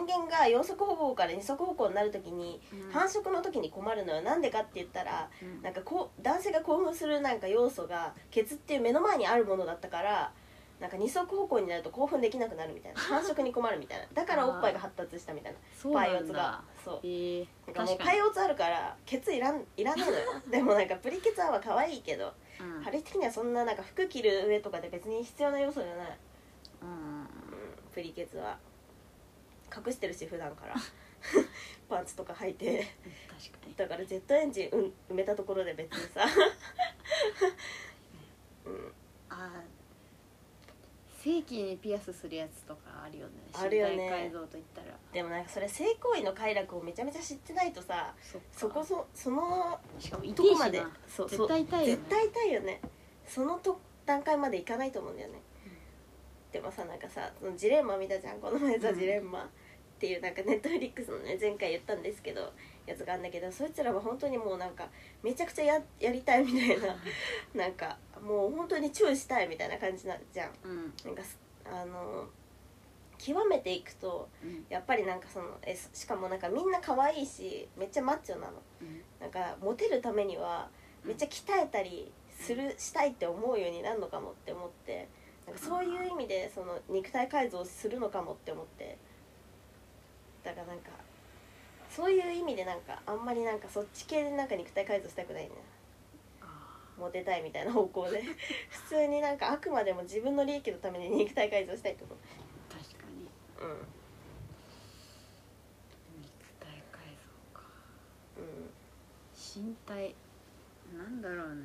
C: 間が四足歩行から二足歩行になる時に、
B: うん
C: 繁殖の時に困るのよなんでかって言ったら
B: うん
C: なんかこう男性が興奮するなんか要素がケツっていう目の前にあるものだったからなんか二足歩行になると興奮できなくなるみ たいな繁殖に困るみたいなだからおっぱいが発達したみたいな
B: そう
C: パイ
B: な
C: オ
B: ん
C: ツが
B: だ
C: そう
B: えー
C: なんかもう
B: 確
C: パ
B: かに
C: イオツあるからケツいらんいらないのよ でもなんかプリケツアーは可愛いけど
B: うん
C: 春日的にはそんななんか服着る上とかで別に必要な要素じゃない、
B: うん
C: うん、プリケツは隠してるし普段から パンツとか履いて
B: 確かに
C: だからジェットエンジン、うん、埋めたところで別にさ うん
B: あ正規にピアスするやつとかあるよね
C: あるよね
B: 身体改造といったら
C: でもなんかそれ性行為の快楽をめちゃめちゃ知ってないとさ
B: そっか
C: そこそその
B: しかも
C: と
B: 痛い
C: こ
B: し
C: ま
B: な
C: でそうそう
B: 絶対痛いよね
C: 絶対痛いよねそのと段階までいかないと思うんだよね、
B: うん
C: でもさなんかさそのジレンマ見たじゃんこの前さ、
B: うん
C: ジレンマっていうなんかネットフリックスのね前回言ったんですけどやつがあるんだけどそいつらは本当にもうなんかめちゃくちゃややりたいみたいななんかもう本当にチューしたいみたいな感じなんじゃん
B: うん
C: なんかすあの極めていくと
B: うん
C: やっぱりなんかそのえしかもなんかみんな可愛いしめっちゃマッチョなの
B: うん
C: なんかモテるためにはめっちゃ鍛えたりするしたいって思うようになるのかもって思ってなんかそういう意味でその肉体改造をするのかもって思ってだからなんかそういう意味でなんかあんまりなんかそっち系でなんか肉体改造したくないね
B: あ
C: モテたいみたいな方向で 普通になんかあくまでも自分の利益のために肉体改造したいと思
B: ー確かに
C: ううん
B: 肉体改造か
C: うん
B: 身体なんだろうね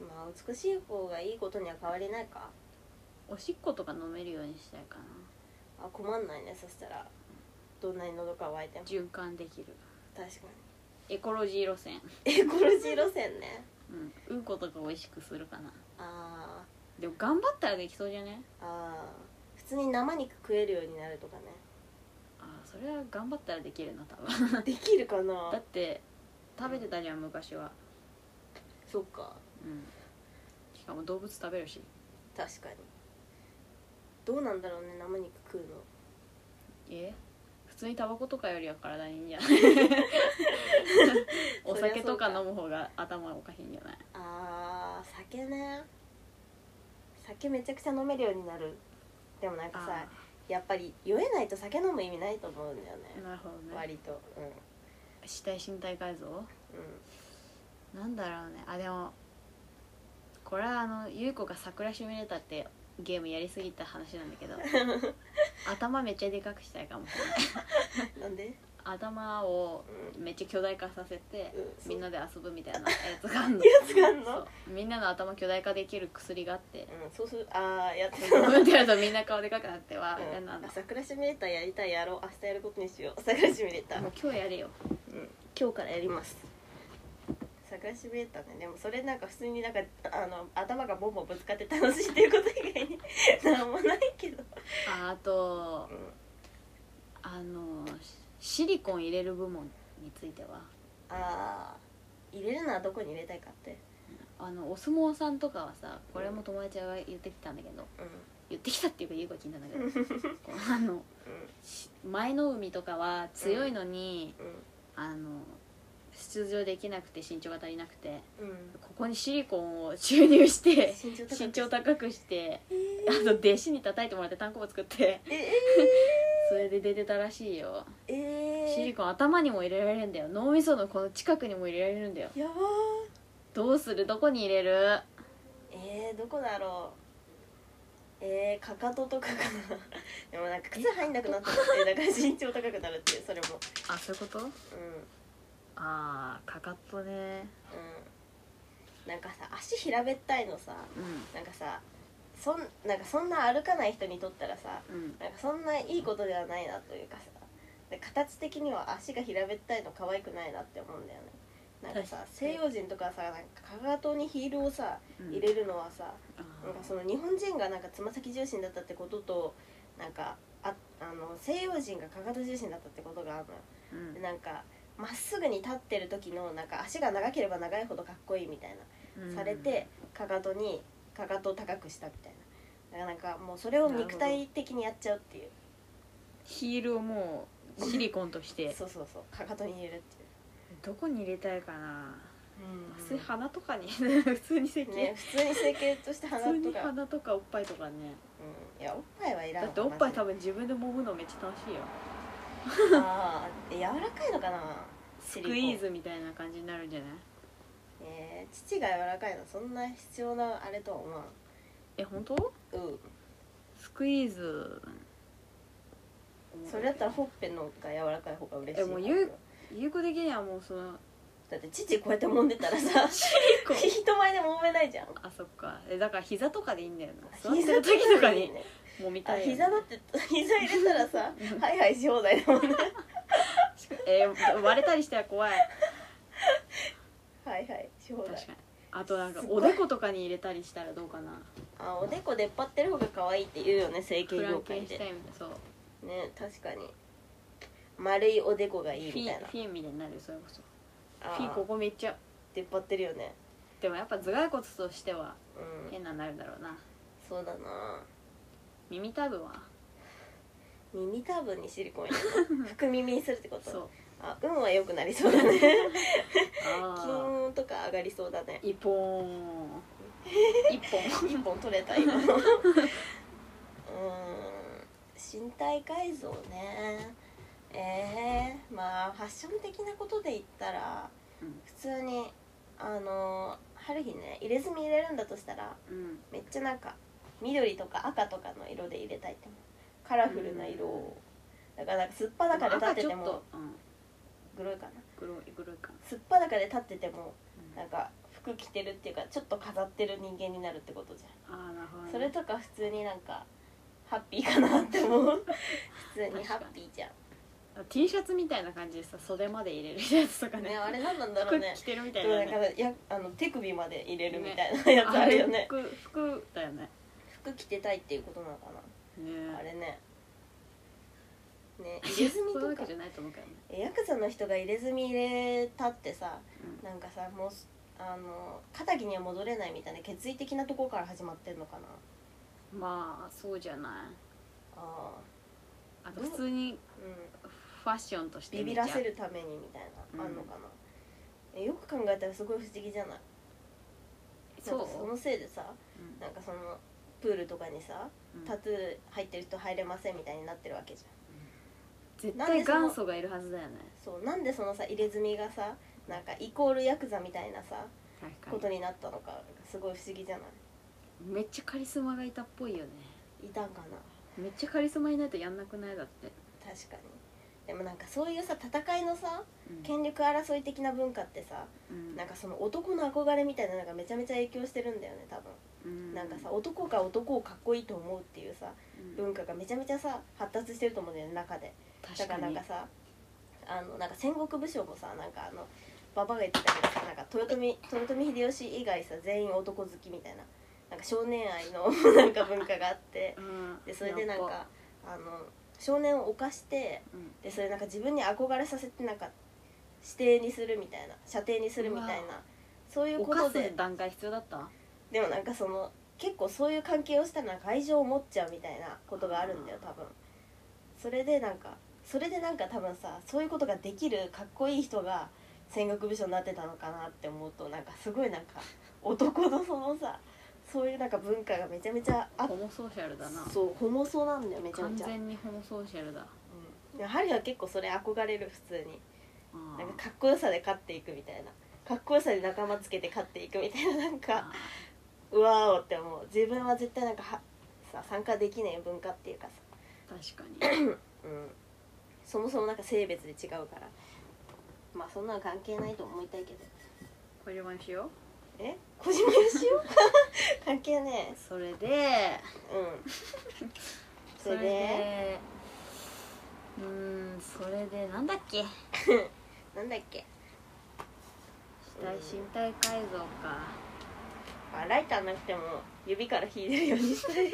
C: うんまあ美しい方がいいことには変わりないか
B: おしっことか飲めるようにしたいかな
C: あ困んないねそしたらどんなに喉乾いても
B: 循環できる
C: 確か
B: エコロジー路線
C: にエコロジー路線ね
B: うんうんことか美味しくするかな
C: あー
B: でも頑張ったらできそうじゃね
C: あー普通に生肉食えるようになるとかね
B: あーそれは頑張ったらできるな多分
C: できるかな
B: だって食べてたじゃん昔は
C: そっか
B: うんしかも動物食べるし
C: 確かにどうなんだろうね生肉食うの
B: え普通にタバコとかよりは体にいいんじゃ ないお酒とか飲む方が頭おかしいんじゃない
C: あー酒ね酒めちゃくちゃ飲めるようになるでもなんかさ
B: あ
C: やっぱり酔えないと酒飲む意味ないと思うんだよね、
B: なるほどね
C: 割とうんうん
B: 死体身体改造なんだろうねあでもこれはあのゆい子が桜シミュレーターってゲームやりすぎた話なんだ けど頭めっちゃでかくしたいかもしれない
C: なんで
B: 頭をめっちゃ巨大化させて
C: うんそう
B: みんなで遊ぶみたいなやつがあんの
C: つがあんの
B: そうみんなの頭巨大化できる薬があって
C: うんそうするああやってた
B: 飲んでやるとみんな顔でかくなってわーみたいなの
C: あ桜シミュレーターやりたいやろう明日やることにしよう桜シミュレーター、
B: もう今日やれよ
C: うん今日からやります桜シミュレーターねでもそれなんか普通になんかあの頭がボンボンぶつかって楽しいっていうこと以外に なんもないけど、
B: ああと
C: うん
B: あのシリコン入れる部門については
C: ああ入れるのはどこに入れたいかって
B: あのお相撲さんとかはさこれも友達が言ってきたんだけど
C: うん
B: 言ってきたっていうか言うこと聞いたんだけど こうあの
C: う
B: し前の海とかは強いのに、あの出場できなくて身長が足りなくて
C: んうんうん
B: ここにシリコンを注入 して
C: 身長高い
B: 身長高くしてあと弟子に叩いてもらって単行部作って
C: ええ
B: それで出てたらしいよ
C: え
B: シリ
C: え
B: コン頭にも入れられるんだよ脳みそのこの近くにも入れられるんだよ
C: ー、やばー
B: どうするどこに入れる
C: えー、どこだろうえー、かかととかかなでもなんか靴入んなくなったってだから身長高くなるっていうそれも
B: あそういうこと
C: う
B: あーかかとね
C: んうんなんかさ足平べったいのさ
B: う
C: なんかさそんなんかそんな歩かない人にとったらさ
B: んうん
C: なんかそんないいことではないなというかさで形的には足が平べったいの可愛くないなって思うんだよねなんかさ
B: 確かに
C: 西洋人とかさなんかかかとにヒールをさ
B: うん
C: 入れるのはさ、
B: あ
C: なんかその日本人がなんかつま先重心だったってこととなんかああの西洋人がかかと重心だったってことがあるのよ
B: ーうん
C: でなんかまっすぐに立ってる時のなんか足が長ければ長いほどかっこいいみたいな、されてかかとにかかとを高くしたみたいなだからなんかもうそれを肉体的にやっちゃうっていう
B: ヒールをもうシリコンとして
C: そうそうそうかかとに入れるっていう
B: どこに入れたいかな普通に
C: 普
B: 鼻とかに 普通に整
C: 通
B: 形、
C: ね普通に整形として鼻
B: 普通
C: と
B: に
C: か、
B: 鼻とかおっぱいとかね
C: うん、いやおっぱいはいらん
B: だ
C: わ
B: っておっぱい多
C: マ
B: 分自分で揉むのめっちゃ楽しいよ
C: ジであー柔らかいのかな
B: ス
C: ス
B: クイーズみたいな感じになるんじゃない
C: えー、父が柔らかいのそんな必要なあれとは思わん
B: え本当
C: うん
B: スクイーズ
C: それだったらほっぺのが柔らかい方が嬉し
B: え
C: い
B: もう言う有効的にはもうそ の
C: だって父こうやって揉んでたらさ
B: コン
C: 人前で揉めないじゃん
B: あそっかえだから膝とかでいいんだよな座ってる時とかに
C: ね
B: 揉み
C: あ
B: たいよね
C: 膝だって膝入れたらさ
B: うん
C: ハイハイし放題だもんね
B: えー割れたりしたら怖い
C: ハイハイし放
B: 確か
C: 題
B: にあとなんか
C: すご
B: お
C: い
B: でことかに入れたりしたらどうかな
C: あおでこ出っ張ってる方が可愛いって言うよね整形
B: フラ
C: 業
B: ンケ
C: 界
B: ンシ
C: で
B: ュタインみたいなそう
C: ね確かに丸いおでこがいい
B: フ
C: み
B: ィ
C: た
B: ー
C: いな
B: フィーみたいになるよそれこそ
C: あ
B: フィーこ
C: ー
B: こめっちゃ
C: 出っ張ってるよね
B: でもやっぱ頭蓋骨としては
C: うん
B: 変なになるだろうな
C: そうだな
B: 耳たぶは
C: 耳たぶにシリコン入れ るの福耳にするってこと
B: そう
C: あ運は良くなりそうだね 金
B: あ
C: 運とか上がりそうだね
B: ー一本一本
C: 一本取れた 今うーん身体改造ねえー、まあファッション的なことで言ったら
B: うん
C: 普通にあの春日ね入れ墨入れるんだとしたら
B: うん
C: めっちゃなんか緑とか赤とかの色で入れたいって思うカラフルな色をだからなんかすっぱだかで立ってて
B: 赤ちょっ
C: も
B: とうん
C: 黒いかな
B: 黒い黒いか
C: すっぱだかで立ってても
B: な
C: なんか服着てるっていうかちょっと飾ってる人間になるってことじゃん
B: あーなるほどね
C: それとか普通になんかハッピーかなって思 う普通にハッピーじゃん
B: T シャツみたいな感じでさ袖まで入れるやつとかね
C: ねあれ何なんだろ
B: 服
C: うね
B: 着てるみたい
C: そう
B: な
C: だか
B: ね
C: らやあの手首まで入れるみたいなやつあるよね
B: 服服だよね
C: 服着てたいっていうことなのかな
B: ね
C: あれね ね入れ墨
B: そういうわ
C: と
B: け
C: か
B: じゃないと思うけどね
C: えヤクザの人が入れ墨入れたってさ
B: うん
C: なんかさもうすあの肩着には戻れないみたいな決意的なところから始まってんのかな
B: まあそうじゃない
C: あ
B: あと普通に
C: ーうん
B: ファッションとして
C: ビ
B: めっ
C: ビ
B: ちゃ
C: らせるためにみたいな、あんのかなえよく考えたらすごい不思議じゃない
B: そう
C: なんかそのせいでさ
B: うん
C: なんかそのプールとかにさ
B: ううん
C: タトゥー入ってる人入れませんみたいになってるわけじゃん
B: 絶
C: なん
B: 対
C: でその
B: 元祖がいるはずだよね
C: そうなんでそのさ入れ墨がさなんかイコールヤクザみたいなさこ
B: 確
C: と
B: か
C: になったのかすごい不思議じゃな
B: にめっちゃカリスマがいたっぽいよね
C: いいたんかな
B: めっちゃカリスマいないとやんなくないだって、
C: 確かにでもなんかそういうさ戦いのさ
B: うん
C: 権力争い的な文化ってさ
B: うん
C: なんかその男の憧れみたいなのがめちゃめちゃ影響してるんだよね多分、
B: うん
C: なんかさ男が男をかっこいいと思うっていうさ
B: うん
C: 文化がめちゃめちゃさ発達してると思うんだよね中でだ
B: 確
C: か
B: から
C: なん
B: に
C: かさあのなんか戦国武将もさなんかあの馬場が言ってたけどさなんか豊臣豊臣秀吉以外さ全員男好きみたいななんか少年愛のなんか文化があって
B: うん
C: でそれでなん
B: やっ
C: かあの少年を犯して
B: ぱうん
C: でそれなんか自分に憧れさせてなんか指定にするみたいな射程にするみたいうなそういうこ
B: 犯
C: と
B: す
C: で
B: 段階必要だった
C: でもなんかその結構そういう関係をしたらなんか愛情を持っちゃうみたいなことがあるんだよ多分それでなんかそれでなんか多分さそういうことができるかっこいい人が戦国武将になってたのかなって思うとなんかすごいなんか男のそのさそういうなんか文化がめちゃめちゃあっ
B: ホモソーシャルだな
C: そうホモソなんだよめちゃ
B: 完
C: めちゃ、
B: 全にホモソーシャルだ
C: うん、ハリーは結構それ憧れる普通に
B: あ
C: なんかかっこよさで勝っていくみたいなかっこよさで仲間つけて勝っていくみたいななんか
B: あ
C: うわーおって思う自分は絶対なんかはさ参加できない文化っていうかさ、
B: 確 かに
C: うん、そもそもなんか性別で違うからまあそんなの関係ないと思いたいけど
B: これにしよ
C: え小島よしお 関係ね
B: うそれで
C: えうん それで
B: それでうーんそれでなんだっけ
C: なんだっけ
B: 死体身体改造か
C: あライターなくても指から引いてるようにしたい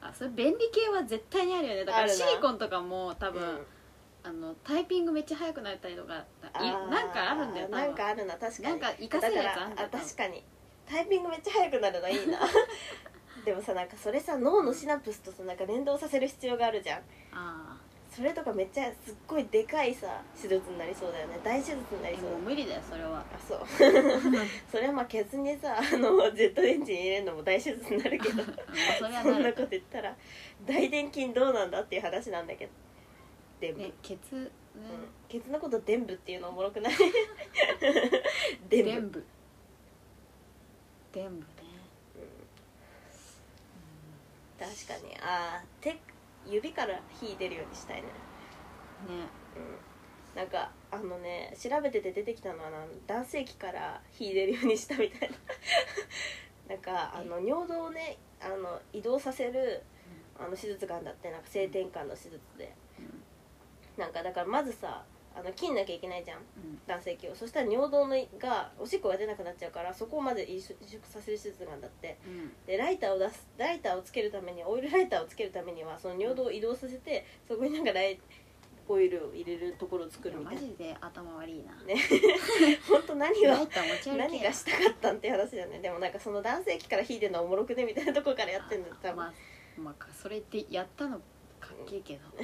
B: あそれ便利系は絶対にあるよねだか
C: あ
B: ら
C: るな
B: シリコンとかも多分、
C: うん
B: あのタイピングめっちゃ速くなったりとかい
C: あー
B: なんかあるんだよ多分
C: なんかあるな確かに
B: なんか活かせるやつあんだ
C: だから
B: よ
C: あ確かにタイピングめっちゃ速くなるのいいな でもさなんかそれさ脳のシナプスとさなんか連動させる必要があるじゃん
B: あ
C: それとかめっちゃすっごいでかいさ手術になりそうだよね大手術にな
B: あ
C: りそ
B: も
C: う
B: う
C: だね
B: 無理だよそれは
C: あそうそれはまあケツにさ あのジェットエンジン入れるのも大手術になる けど
B: うんそれは
C: そ
B: なん
C: な
B: る
C: こと言ったら大臀筋どうなんだっていう話なんだけどでも、
B: ねケツね
C: うん、ケツのこと伝部っていうのおもろくない 伝部
B: 全部全部ね
C: 確かにあー手指から火出るようにしたいね、
B: ね
C: うん、なんかあのね調べてて出てきたのはな男性器から火出るようにしたみたいななん かあの尿道をねあの移動させるあの手術があんだってなんか性転換の手術で、なんかだからまずさあの切んなきゃいけないじゃん
B: うん
C: 男性器をそしたら尿道のがおしっこが出なくなっちゃうからそこをまず移植移植させる手術なんだって
B: うん
C: でライターを出すライターをつけるためにオイルライターをつけるためにはその尿道を移動させてそこになんかライオイルを入れるところを作
B: い
C: る
B: や
C: み
B: マ
C: たいな
B: ジで頭悪いな
C: ね本当何
B: ラ
C: が
B: イター持ち歩け
C: 何がしたかったんって話だよねでもなんかその男性器から引いてるのはおもろくねみたいなとこからやってんだったら、
B: まあ、まあ、それってやったのかっけえけど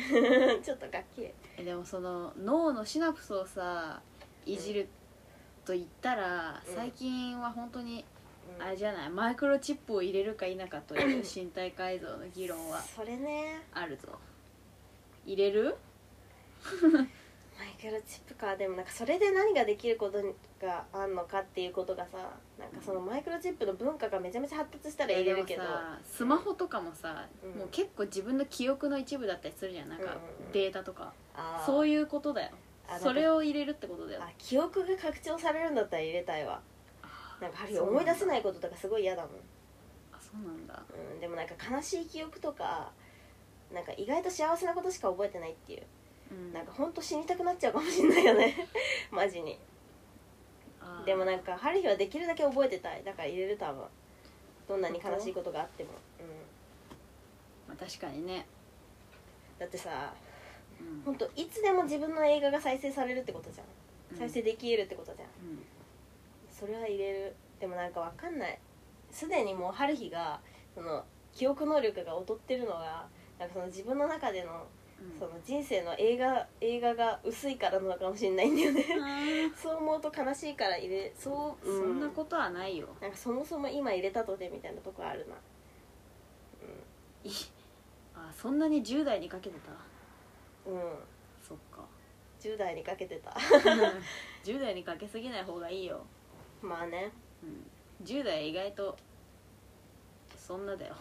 C: ちょっと楽器
B: えでもその脳のシナプスをさいじると言ったら、
C: うん
B: 最近は本当にあれじゃないマイクロチップを入れるか否かと いう身体改造の議論は
C: それね
B: あるぞ入れる
C: マイクロチップかでもなんかそれで何ができることがあんのかっていうことがさなんかそのマイクロチップの文化がめちゃめちゃ発達したら入れるけど
B: でもさスマホとかもさ、
C: うん
B: もう結構自分の記憶の一部だったりするじゃんなんか
C: うんうん
B: データとか、
C: あー
B: そういうことだよ
C: あなんか
B: それを入れるってことだよ
C: あ記憶が拡張されるんだったら入れたいわなんかハリー
B: そうなん
C: 思
B: だ
C: い出せないこととかすごい嫌だもん、
B: あそうなんだ
C: うん、でもなんか悲しい記憶とかなんか意外と幸せなことしか覚えてないっていう
B: うん
C: なんかほんと死にたくなっちゃうかもしんない よねマジに
B: あー
C: でもなんかハリーはできるだけ覚えてたいだから入れる多分どんなに悲しいことがあっても、うん、
B: まあ、確かにね、
C: だってさ
B: うん
C: ほんといつでも自分の映画が再生されるってことじゃん
B: うん
C: 再生できるってことじゃん
B: うん
C: それは入れるでもなんかわかんないすでにもう春日がその記憶能力が劣ってるのがなんかその自分の中での
B: うん
C: その人生の映画映画が薄いからなのかもしれないんだよね
B: あ
C: そう思うと悲しいから入れそう、
B: ーそんな
C: と
B: ことはないよ
C: なんかそもそも今入れたとてみたいなとこあるな
B: いあそんなに10代にかけてた
C: うん
B: そっ か
C: 10代にかけてた
B: 10代にかけすぎない方がいいよ、
C: まあね
B: うん、10代意外とそんなだよ、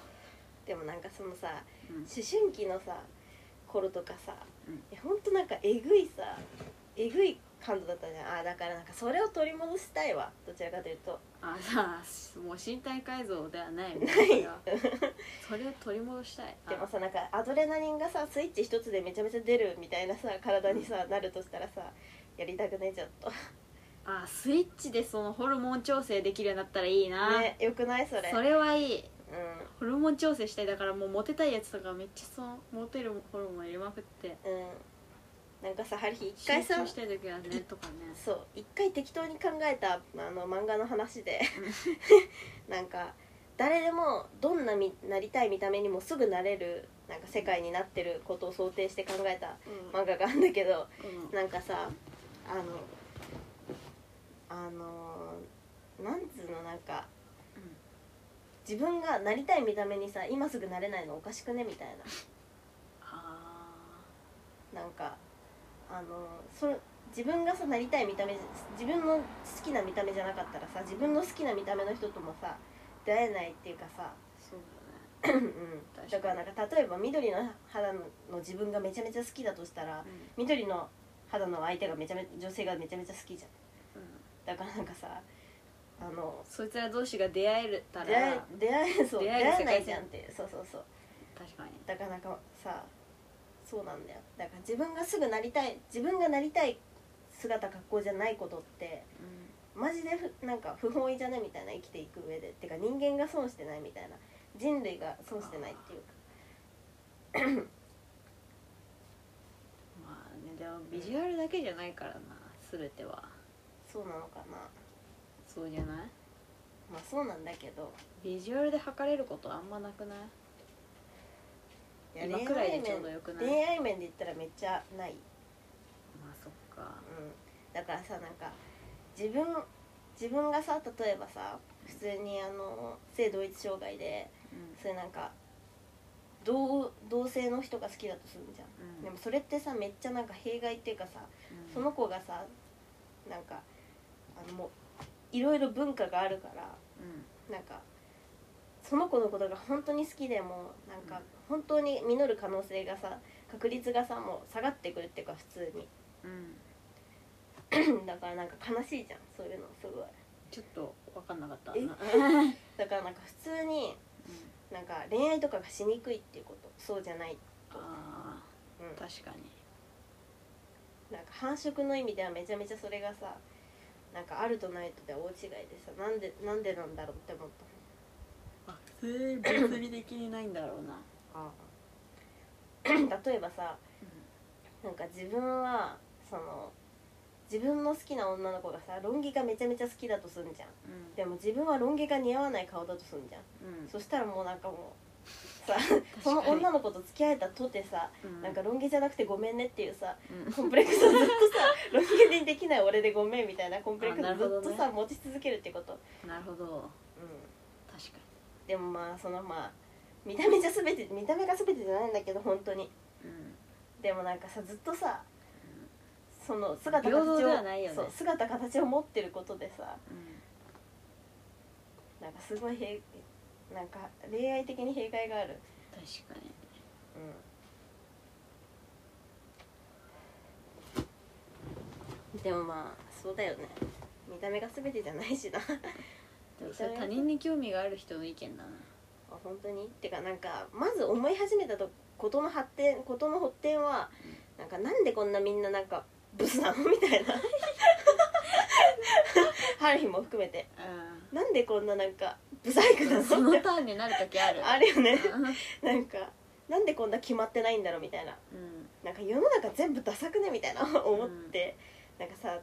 C: でもなんかそのさ
B: うん
C: 思春期のさ頃とかさ、
B: うん
C: いやほんとなんかえぐいさえぐい感度だったじゃんあーだからなんかそれを取り戻したいわどちらかというと
B: あさあもう身体改造ではないもんそ れはそれを取り戻したいあ
C: でもさなんかアドレナリンがさスイッチ一つでめちゃめちゃ出るみたいなさ体にさなるとしたらさやりたくねちょっと
B: あスイッチでそのホルモン調整できるようになったらいいな、
C: ねよくないそれ
B: それはいい
C: うん
B: ホルモン調整したいだからもうモテたいやつとかめっちゃそのモテるホルモン入れまくって
C: うんなんかさハリー一回
B: 集
C: さ
B: 中したい時はねとかね
C: そう一回適当に考えたあの漫画の話で なんか誰でもどんなみなりたい見た目にもすぐなれるなんか世界になってることを想定して考えた
B: う
C: 漫画があるんだけど
B: ん、うん、
C: なんかさあのあのなんつうのなんか、
B: うん
C: 自分がなりたい見た目にさ今すぐなれないのおかしくねみたい
B: あ
C: ななんかあのそれ自分がさなりたい見た目自分の好きな見た目じゃなかったらさ自分の好きな見た目の人ともさ出会えないっていうかさ、
B: ーそう
C: うんうん
B: 確かに
C: だからなんか例えば緑の肌の自分がめちゃめちゃ好きだとしたら
B: だね
C: 緑の肌の相手がめちゃめちゃ女性がめちゃめちゃ好きじゃん
B: うん、うん、
C: だからなんかさあの
B: そいつら同士が出会えたら
C: 出会え出会えそう
B: 出会
C: 出会
B: える世界線
C: えないじゃんっていうそうそうそう
B: 確かに
C: だからなんかさそうなんだよだから自分がすぐなりたい自分がなりたい姿格好じゃないことってマジでふなんか不本意じゃないみたいな生きていく上でってか人間が損してないみたいな人類が損してないっていうか
B: まあねでもビジュアルだけじゃないからな全ては
C: そうなのかな
B: そうじゃない
C: まあそうなんだけど
B: ビジュアルで測れることあんまなくない
C: や
B: 今
C: 恋
B: くらい
C: 愛
B: でちょ
C: 面
B: うどよくない
C: 恋愛面で言ったらめっちゃない
B: まあそっか
C: うん、だからさなんか自分自分がさ例えばさ普通にあの性同一障害で
B: うん
C: そういうなんか同同性の人が好きだとするじゃん、
B: うん
C: でもそれってさめっちゃなんか弊害っていうかさ
B: うん
C: その子がさなんかあのもういろいろ文化があるから
B: うん
C: なんかその子のことが本当に好きでもなんか本当に実る可能性がさ確率がさもう下がってくるっていうか普通に
B: うん
C: だからなんか悲しいじゃんそういうのすごい
B: ちょっと分かんなかった
C: え
B: な
C: だからなんか普通になんか恋愛とかがしにくいっていうことそうじゃない、
B: あ
C: うん、
B: ー確かに
C: なんか繁殖の意味ではめちゃめちゃそれがさなんかあるとないとでは大違いでさなんでなんでなんだろうって思った
B: 生物理的にないんだろうな
C: あ例えばさなんか自分はその自分の好きな女の子がさロン毛がめちゃめちゃ好きだとすんじゃん
B: うん
C: でも自分はロン毛が似合わない顔だとすんじゃん
B: うん
C: そしたらもうなんかも うさ
B: に
C: その女の子と付き合えたとてさ
B: うん
C: なんかロン毛じゃなくてごめんねっていうさ
B: うん
C: コンプレックスをずっとさロン毛にできない俺でごめんみたいなコンプレックス
B: あなるほど
C: を
B: ね
C: ずっとさ、持ち続けるってこと、
B: なるほど
C: う
B: 確か
C: ん、でもまあそのまあ見た目じゃ全て見た目が全てじゃないんだけど本当に
B: にうん
C: でもなんかさずっとさその姿
B: 平
C: 形を
B: 等ではないよね
C: そう姿形を持ってることでさ
B: うん
C: なんかすごい弊なんか恋愛的に弊害がある
B: 確かに
C: でもまあそうだよね見た目が全てじゃないしな
B: でもそれ他人に興味がある人の意見だな
C: あ本当にてかなんかまず思い始めたとことの発展ことの発展はなんかなんでこんなみんななんかブスなの みたいなハルヒも含めて
B: う
C: なんでこんななんかブサイクなん
B: そ
C: の
B: の
C: って
B: ターンになる時ある
C: あるよね
B: うん
C: なんかなんでこんな決まってないんだろうみたいな
B: うん
C: なんか世の中全部ダサくねみたいな思って、なんかさ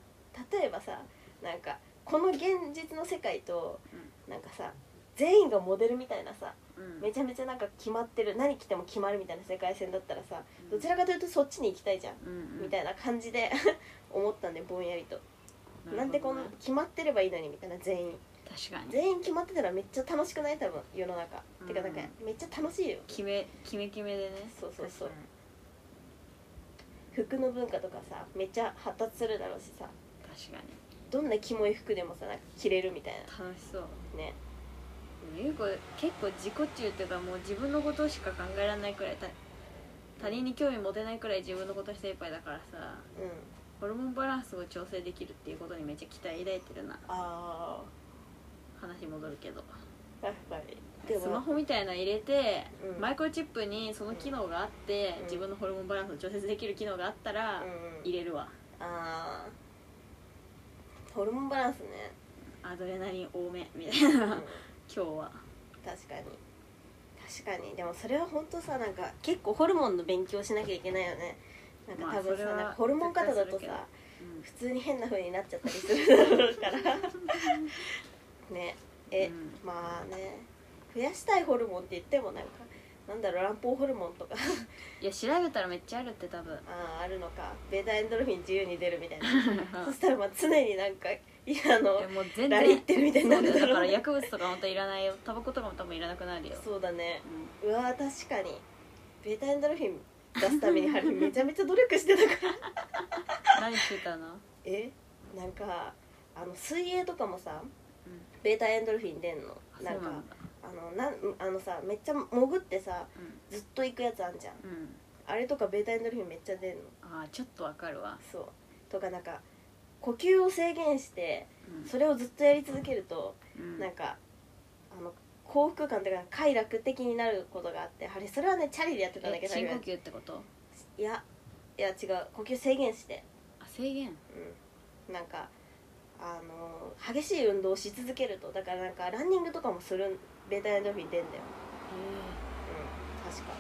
C: 例えばさなんかこの現実の世界と、なんかさ全員がモデルみたいなさ
B: うん
C: めちゃめちゃなんか決まってる何着ても決まるみたいな世界線だったらさ
B: うん
C: どちらかというとそっちに行きたいじゃん、
B: うん
C: みたいな感じで 思ったんでぼんやりと、
B: うん
C: なんでこんな
B: るほどね
C: 決まってればいいのにみたいな全員
B: 確確かに
C: 全員決まってたらめっちゃ楽しくない多分世の中、てかなんか
B: う
C: めっちゃ楽しいよ
B: 決め決め決めでね
C: そうそうそう服の文化とかさめっちゃ発達するだろうしさ
B: 確かに
C: どんなキモい服でもさなんか着れるみたい
B: 確かに楽しそう
C: なね
B: でもゆう子結構自己中っていうかもう自分のことしか考えられないくらいた他人に興味持てないくらい自分のこと精一杯だからさ
C: うん
B: ホルモンバランスを調整できるっていうことにめっちゃ期待抱いてるな
C: あ
B: 話戻るけど
C: あやっぱりで
B: スマ
C: も
B: ホみたいなの入れて、
C: うん
B: マイクロチップにその機能があって、
C: うん
B: 自分のホルモンバランスを調節できる機能があったら
C: うん
B: 入れるわ、
C: あーホルモンバランス ね、
B: アドレナリン多めみたいな、
C: う
B: 今
C: ん
B: 日は
C: 確かに確かにでもそれは本当さなんか結構ホルモンの勉強しなきゃいけないよねなん
B: ま
C: か
B: あ
C: 多
B: そ
C: 分さ、
B: れは
C: なんかホルモン方だと
B: 絶対するけど
C: さ
B: うん
C: 普通に変な風になっちゃったりするだろう からねえ、
B: うん
C: まあね増やしたいホルモンって言ってもなんかなんだろう卵胞ホルモンとか
B: いや調べたらめっちゃあるって多分
C: あーあるのかベータエンドルフィン自由に出るみたいな そしたらまあ常になんかいやあの
B: えもう全
C: ラリっ
B: 然
C: てるみたいにな
B: そうだ
C: る
B: よだ
C: だ
B: か
C: ろ
B: ら
C: うね
B: 薬物とか本当いらないよタバコとかも多分いらなくなるよ
C: そうだね
B: うん
C: うわー確かにベータエンドルフィン出すため にハリーめちゃめちゃ努力してたから
B: 何してたの
C: えなんかあの水泳とかもさ
B: うん
C: ベータエンドルフィン出んの
B: あそう
C: な
B: なんんだ
C: かあのなんあのさめっちゃ潜ってさ
B: う
C: ずっと行くやつあんじゃん
B: ん、うん、
C: あれとかベータエンドルフィンめっちゃ出んの
B: あーちょっとわかるわ、
C: そうとかなんか呼吸を制限して
B: うん
C: それをずっとやり続けると
B: うん
C: なんかあの幸福感というか快楽的になることがあってあれそれはねチャリでやってたんだけ
B: え
C: ど
B: 深呼吸ってこと
C: いやいや違う呼吸制限して
B: あ制限
C: うんなんかあの激しい運動をし続けるとだからなんかランニングとかもするベータエンドルフィン出んだよ
B: え
C: うん確か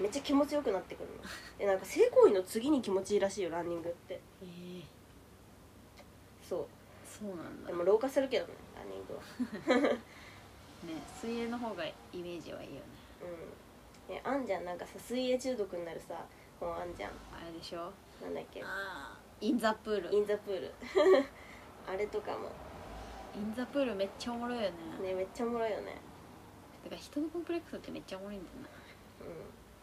C: めっちゃ気持ちよくなってくるのえなんか性行為の次に気持ちいいらしいよランニングって
B: えー
C: そ
B: そうなん
C: う
B: だ
C: でも老化するけどねランニングは
B: ね水泳の方がイメージはいいよね
C: うんえあんじゃんなんかさ水泳中毒になるさ本あんじゃん
B: あれでしょ
C: なんだっけ
B: あインザプール
C: イ
B: イ
C: ンザプール あれとかも
B: ンザプールめっちゃおもろいよね
C: ねめっちゃおもろいよね
B: だから人のコンプレックスってめっちゃおもろいんだよな
C: うん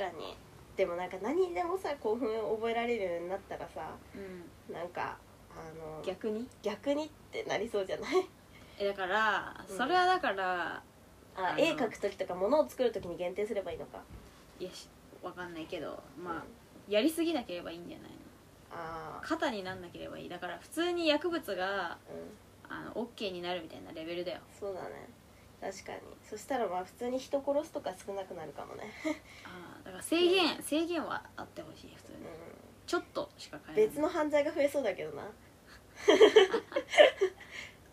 C: 確かにでもなんか何にでもさ興奮を覚えられるようになったらさ
B: うん
C: なんかあの
B: 逆に
C: 逆にってなりそうじゃない
B: えだから
C: うん
B: それはだから、
C: あ
B: あの
C: 絵描く時とか物を作る時に限定すればいいのか
B: いやしわかんないけど
C: うん
B: まあやりすぎなければいいんじゃないの
C: ああ
B: 肩になんなければいいだから普通に薬物が
C: うん
B: あの OK になるみたいなレベルだよ
C: そうだね確かにそしたらまあ普通に人殺すとか少なくなるかもね、
B: あーだから制限、制限はあってほしい普通に
C: う
B: ちょっとしか
C: ん、
B: 変えない
C: 別の犯罪が増えそうだけ どな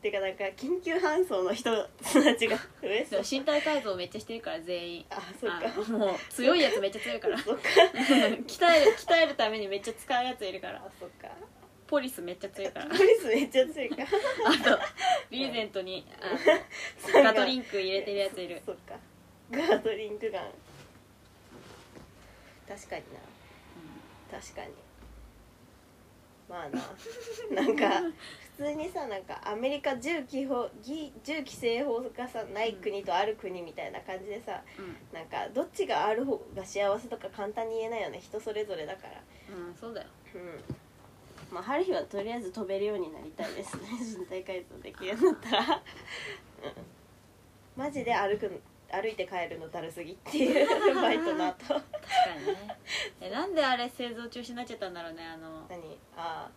C: てかなんか緊急搬送の人たちが増え
B: で
C: そう
B: も身体改造めっちゃしてるから全員
C: あそっか
B: あのもう強いやつめっちゃ強いから 鍛
C: そっか
B: える鍛えるためにめっちゃ使うやついるから
C: あそっか
B: ポリスめっちゃ 強いからあ
C: ポリスめっちゃ強いか
B: とリーゼントにあ
C: ら
B: のガトリンク入れてるやつい る
C: そそっかガトリンクガン確かにな確かにま あななんか普通にさなんかアメリカ銃規法ぎ銃規制法がさない国とある国みたいな感じでさ
B: う
C: なんかどっちがある方が幸せとか簡単に言えないよね人それぞれだから
B: ん、うん、そうだよ
C: うんまあ春日はとりあえず飛べるようになりたいですね 身体改造できるようになったら、うん、マジで歩く歩いて帰るのだるすぎって いうバイトの後
B: 確かにねえなんであれ製造中止になっちゃったんだろうねあの
C: 何あ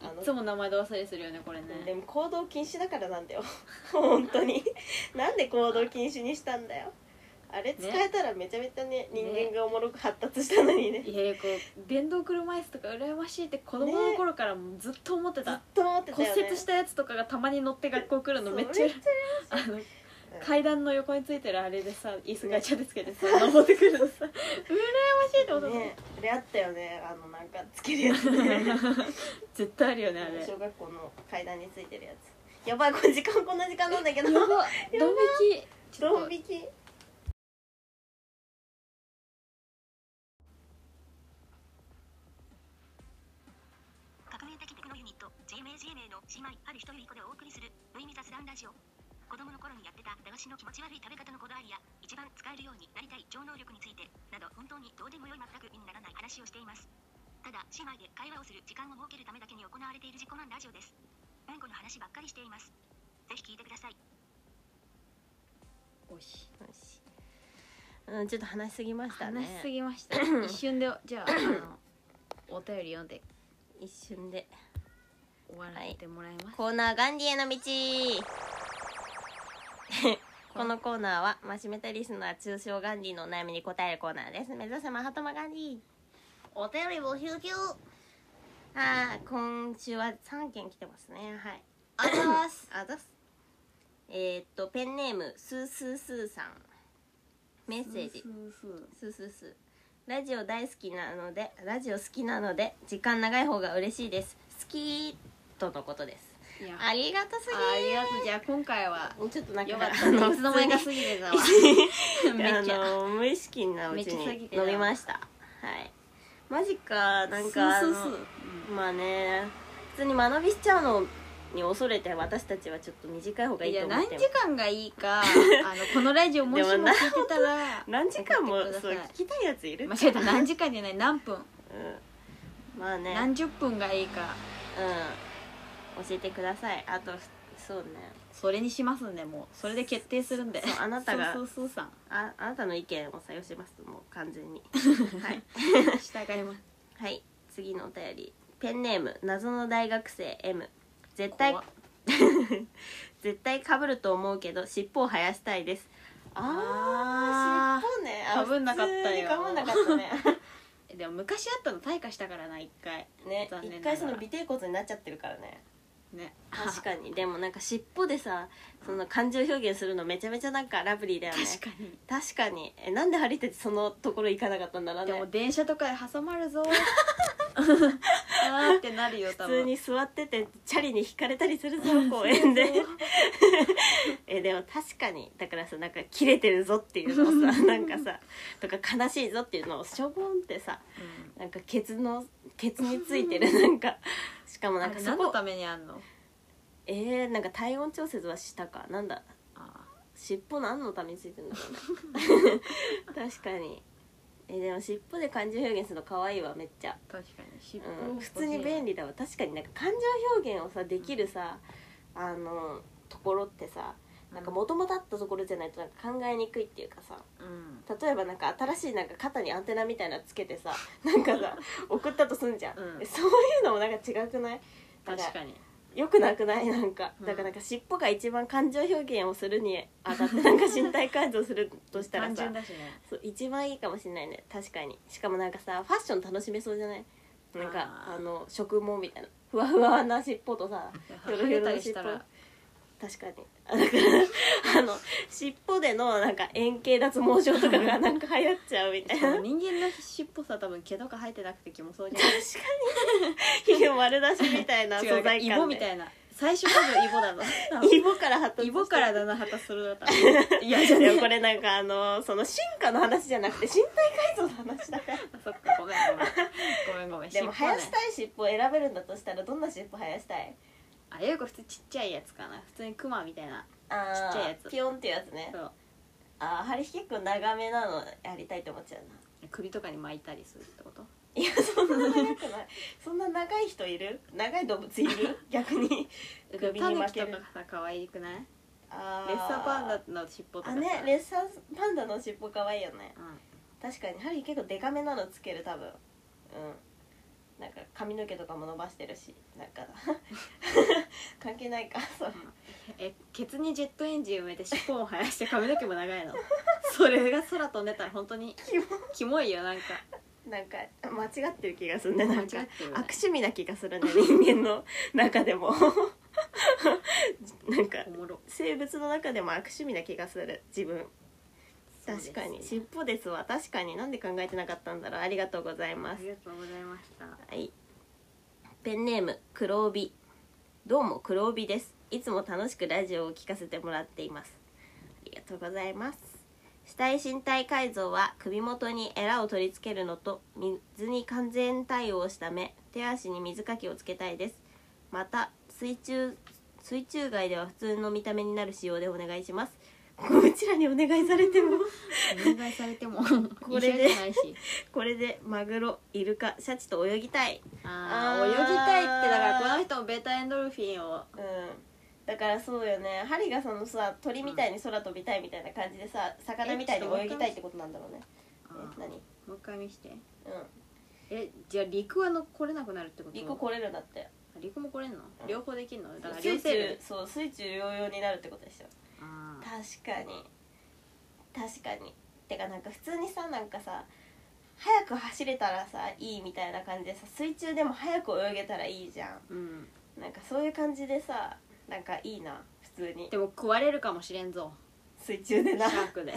C: ああの
B: いつも名前で忘れするよねこれね
C: でも行動禁止だからなんだよ 本当になんで行動禁止にしたんだよあれ使えたらめちゃめちゃね人間がおもろく発達したのにね
B: いやいやこう電動車椅子とか羨ましいって子供の頃からもうずっと思って
C: ず
B: た、
C: っと思ってた
B: 骨
C: よね
B: 折したやつとかがたまに乗って学校来るのめっちゃ
C: そう
B: あの
C: うん
B: 階段の横についてるあれでさ椅子ガチャでつけてさ登ってくるのさ羨ましいってこと
C: ねあれあったよねあのなんかつけるやつね
B: 絶対あるよねあれ
C: 小学校の階段についてるやつやばいこれ時間こんな時間なんだけど
B: やばドン引きちょっ
C: ド
B: と
C: ン引き
A: 革命的テクノユニット GMAGMA の姉妹ある一人一個でお送りする無意味雑談ラジオ子供の頃にやってた駄菓子の気持ち悪い食べ方のこだわりや一番使えるようになりたい超能力についてなど本当にどうでもよい全く意にならない話をしていますただ姉妹で会話をする時間を設けるためだけに行われている自己満ラジオですうんこの話ばっかりしていますぜひ聞いてください
B: おし
C: よしうん、ちょっと話しすぎましたね
B: 話しすぎました一瞬でじゃああのお便り読んで
C: 一瞬で
B: 終わらせてもらいます、
C: コーナーガンディへ の道このコーナーはマシメタリスナー通称ガンディのお悩みに答えるコーナーです目指せマハトマガンディ
B: お便り募集中
C: あー今週は3件来てますねはい
B: あざ すあざす
C: えー、っとペンネームスースースーさんメッセージ
B: すーすー
C: スースースーラジオ大好きなのでラジオ好きなので時間長い方が嬉しいです好きとのことです
B: いやあ
C: ありがとす
B: あり
C: ぎ
B: がとうじゃあ今回は
C: ーちょっとなんか
B: よかったねいつの間にか過ぎ てたわめ
C: あ
B: っちゃ
C: の無意識なうち
B: めっちゃ下
C: に
B: げてた
C: 飲みましたはいマジかな
B: ス
C: ん
B: ー
C: か
B: スースー
C: あの
B: うん
C: まあね普通に間延びしちゃうのに恐れて私たちはちょっと短い方がい
B: い
C: いと
B: や
C: 思っ
B: 何
C: て
B: 時間がいいかあのこのラジオもしも聞いてたら
C: 何時間も
B: 送ってく
C: そう
B: ださい
C: 聞きたいやつい る
B: 間違えた何時間じゃない何分
C: うんまあね
B: 何十分がいいか
C: うん教えてくださいあとふそうね
B: それにしますんでもうそれで決定するんで
C: そうあなたが
B: そうそうそうさん
C: ああなたの意見を採用しますもう完 全にはい
B: 従い ます
C: はい次のお便りペンネーム謎の大学生 M 絶対
B: 怖っ
C: 絶対かぶると思うけど尻尾を生やしたいです
B: あー
C: 尻尾
B: 被
C: ね
B: んなかったよ
C: かぶんなかったね
B: でも昔あったの退化したからな一回
C: ね
B: 残念な
C: 一
B: がら
C: 回その尾てい骨になっちゃってるからね
B: ね
C: 確かにでもなんか尻尾でさその感情表現するのめちゃめちゃなんかラブリーだよね
B: 確かに
C: 確かにえなんで張り手ってそのところ行かなかったんだろう
B: で
C: ね
B: も電車とかで挟まる ぞあーってなるよ多
C: 普通
B: 分
C: に座っててチャリに引かれたりするぞ公園で えでも確かにだからさなんか切れてるぞっていうの をさなんかさとか悲しいぞっていうのをしょぼんってさ
B: うん
C: なんかケツのケツにつ いてるなんかしかもな
B: あ
C: んか
B: れ
C: そ
B: 何の
C: こ
B: ためにあんの
C: えー、なんか体温調節はしたかなんだ
B: あ
C: 尻尾何のためについてるんだろう ね確かにえでも尻尾で感情表現するの可愛いわめっちゃ
B: ー確かに尻尾、
C: うん、普通に便利だわ確かになんか感情表現をさできるさ、あのところってさなんか元々あったところじゃないとなんか考えにくいっていうかさ
B: うん
C: 例えばなんか新しいなんか肩にアンテナみたいなのつけて さなんかさ送ったとすんじゃん、
B: うん
C: でそういうのもなんか違くないなん
B: 確かに
C: よくなくないなんか
B: うん
C: だからなんか尻尾が一番感情表現をするにあたってなんか身体改造するとしたら
B: 単
C: さ
B: 純だしね
C: そう一番いいかもしれないね確かにしかもなんかさファッション楽しめそうじゃないなんか
B: あー
C: あの植毛みたいなふわふわな尻尾 とさひょ
B: は
C: ろひょ
B: げ
C: ろ
B: た
C: の
B: りし
C: 尻
B: た
C: 尾
B: ら
C: 確かにあだから あの尻尾でのなんか円形脱毛症とか がなんか流行っちゃうみたい
B: し
C: な
B: かも
C: 確か
B: 人間の尻尾さ多分毛とか生えてなくて気もそう じゃ
C: にひげ丸出しみたいな
B: ない
C: 素
B: 違うなん
C: 材
B: か
C: 感で
B: イボみたいな最初多分イボだ ぞ
C: イボから発達
B: イボからだな果たするだった いや
C: い
B: じゃ
C: や
B: ねえ
C: これなんかあのその進化の話じゃなくて身体改造の話だから
B: そっかごめんごめんごめんごめん
C: でも
B: 尻
C: 生
B: 尾
C: や
B: ね
C: したい尻尾を選べるんだとしたらどんな尻尾生やしたい
B: あれよく普通ちっちゃいやつかな普通にクマみたいな
C: あー
B: ちっちゃいやつ
C: ピヨンっていうやつね
B: そう
C: ああ針結構長めなのやりたいと思っちゃうな
B: 首とかに巻いたりするってこと
C: いやそんな長くない そんな長い人いる長い動物いる 逆に
B: タヌ
C: 首に巻
B: キ
C: け
B: と
C: る
B: かさ可愛くないレ
C: あ
B: ッサーパンダの尻尾とか
C: あ
B: さ
C: ねレッサーパンダの尻尾可愛いよね
B: うん
C: 確かに針結構デカめなのつける多分うんなんか髪の毛とかも伸ばしてるしなんか 関係ないかそう
B: えケツにジェットエンジン埋めて尻尾も生やして髪の毛も長いのそれが空飛んでたら本当に
C: キモ
B: キモいよなんか
C: なんか間違ってる気がするねなんか
B: 間違ってるね
C: 悪趣味な気がするね人間の中でも なんか
B: おもろ
C: 生物の中でも悪趣味な気がする自分確か
B: そう
C: に、
B: です
C: 尻尾ですわ確かになんで考えてなかったんだろうありがとうございま
B: あ
C: す
B: りがとうございました
C: はいペンネーム黒帯どうも黒帯ですいつも楽しくラジオを聞かせてもらっていますありがとうございます死体身体改造は首元にエラを取り付けるのと水に完全対応した目手足に水かきをつけたいですまた水中水中街では普通の見た目になる仕様でお願いしますこちらにお願いされても
B: お願いされてもこ
C: れで
B: ないし
C: これでマグロイルカシャチと泳ぎたい
B: あー
C: あー
B: 泳ぎたいってだからこの人もベタエンドルフィンを
C: うんだからそうよねハリがそのさ鳥みたいに空飛びたいみたいな感じでさ魚みたいに泳ぎたいってことなんだろうねえ何
B: もう一回見して
C: うん
B: えじゃあ陸はの来れなくなるってこと
C: 陸来れるんだって
B: あ陸も来れんの
C: うん
B: 両方できるのだから両
C: 水
B: 手
C: 中
B: で
C: そう水中療養になるってことでしょ
B: あー
C: 確かに確かにてかなんか普通にさなんかさ早く走れたらさいいみたいな感じでさ水中でも早く泳げたらいいじゃ
B: うん
C: んなんかそういう感じでさなんかいいな普通に
B: でも食われるかもしれんぞ
C: 水中で
B: シ
C: な
B: ャーク で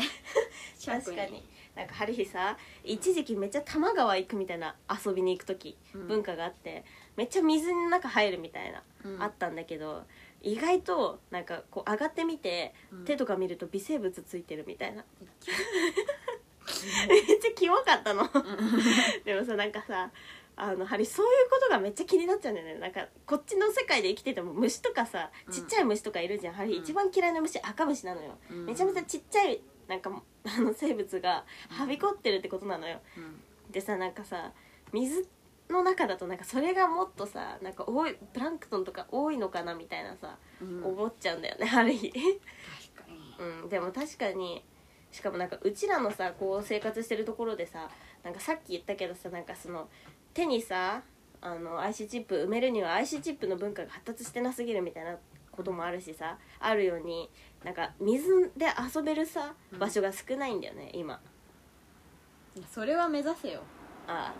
B: シャーク
C: 確かになんか春日さ一時期めっちゃ多摩川行くみたいな遊びに行く時、
B: うん
C: 文化があってめっちゃ水の中入るみたいな、
B: うん
C: あったんだけど意外となんかこう上がってみて、
B: うん
C: 手とか見ると微生物ついてるみたいなめっちゃキモかったの でもさなんかさあのハリそういうことがめっちゃ気になっちゃうんだよねなんかこっちの世界で生きてても虫とかさ
B: うん
C: ちっちゃい虫とかいるじゃん、ハリ
B: うん
C: 一番嫌いな虫赤虫なのよ、
B: うん
C: めちゃめちゃちっちゃいなんかあの生物がはびこってるってことなのよ
B: うん
C: でさなんかさ水の中だとなんかそれがもっとさなんか多いプランクトンとか多いのかなみたいなさ、
B: うん
C: 思っちゃうんだよね ある日、
B: 確かに
C: うん、でも確かにしかもなんかうちらのさこう生活してるところでさなんかさっき言ったけどさなんかその手にさあの IC チップ埋めるには IC チップの文化が発達してなすぎるみたいなこともあるしさあるようになんか水で遊べるさ場所が少ないんだよね今
B: それは目指せよ
C: ああ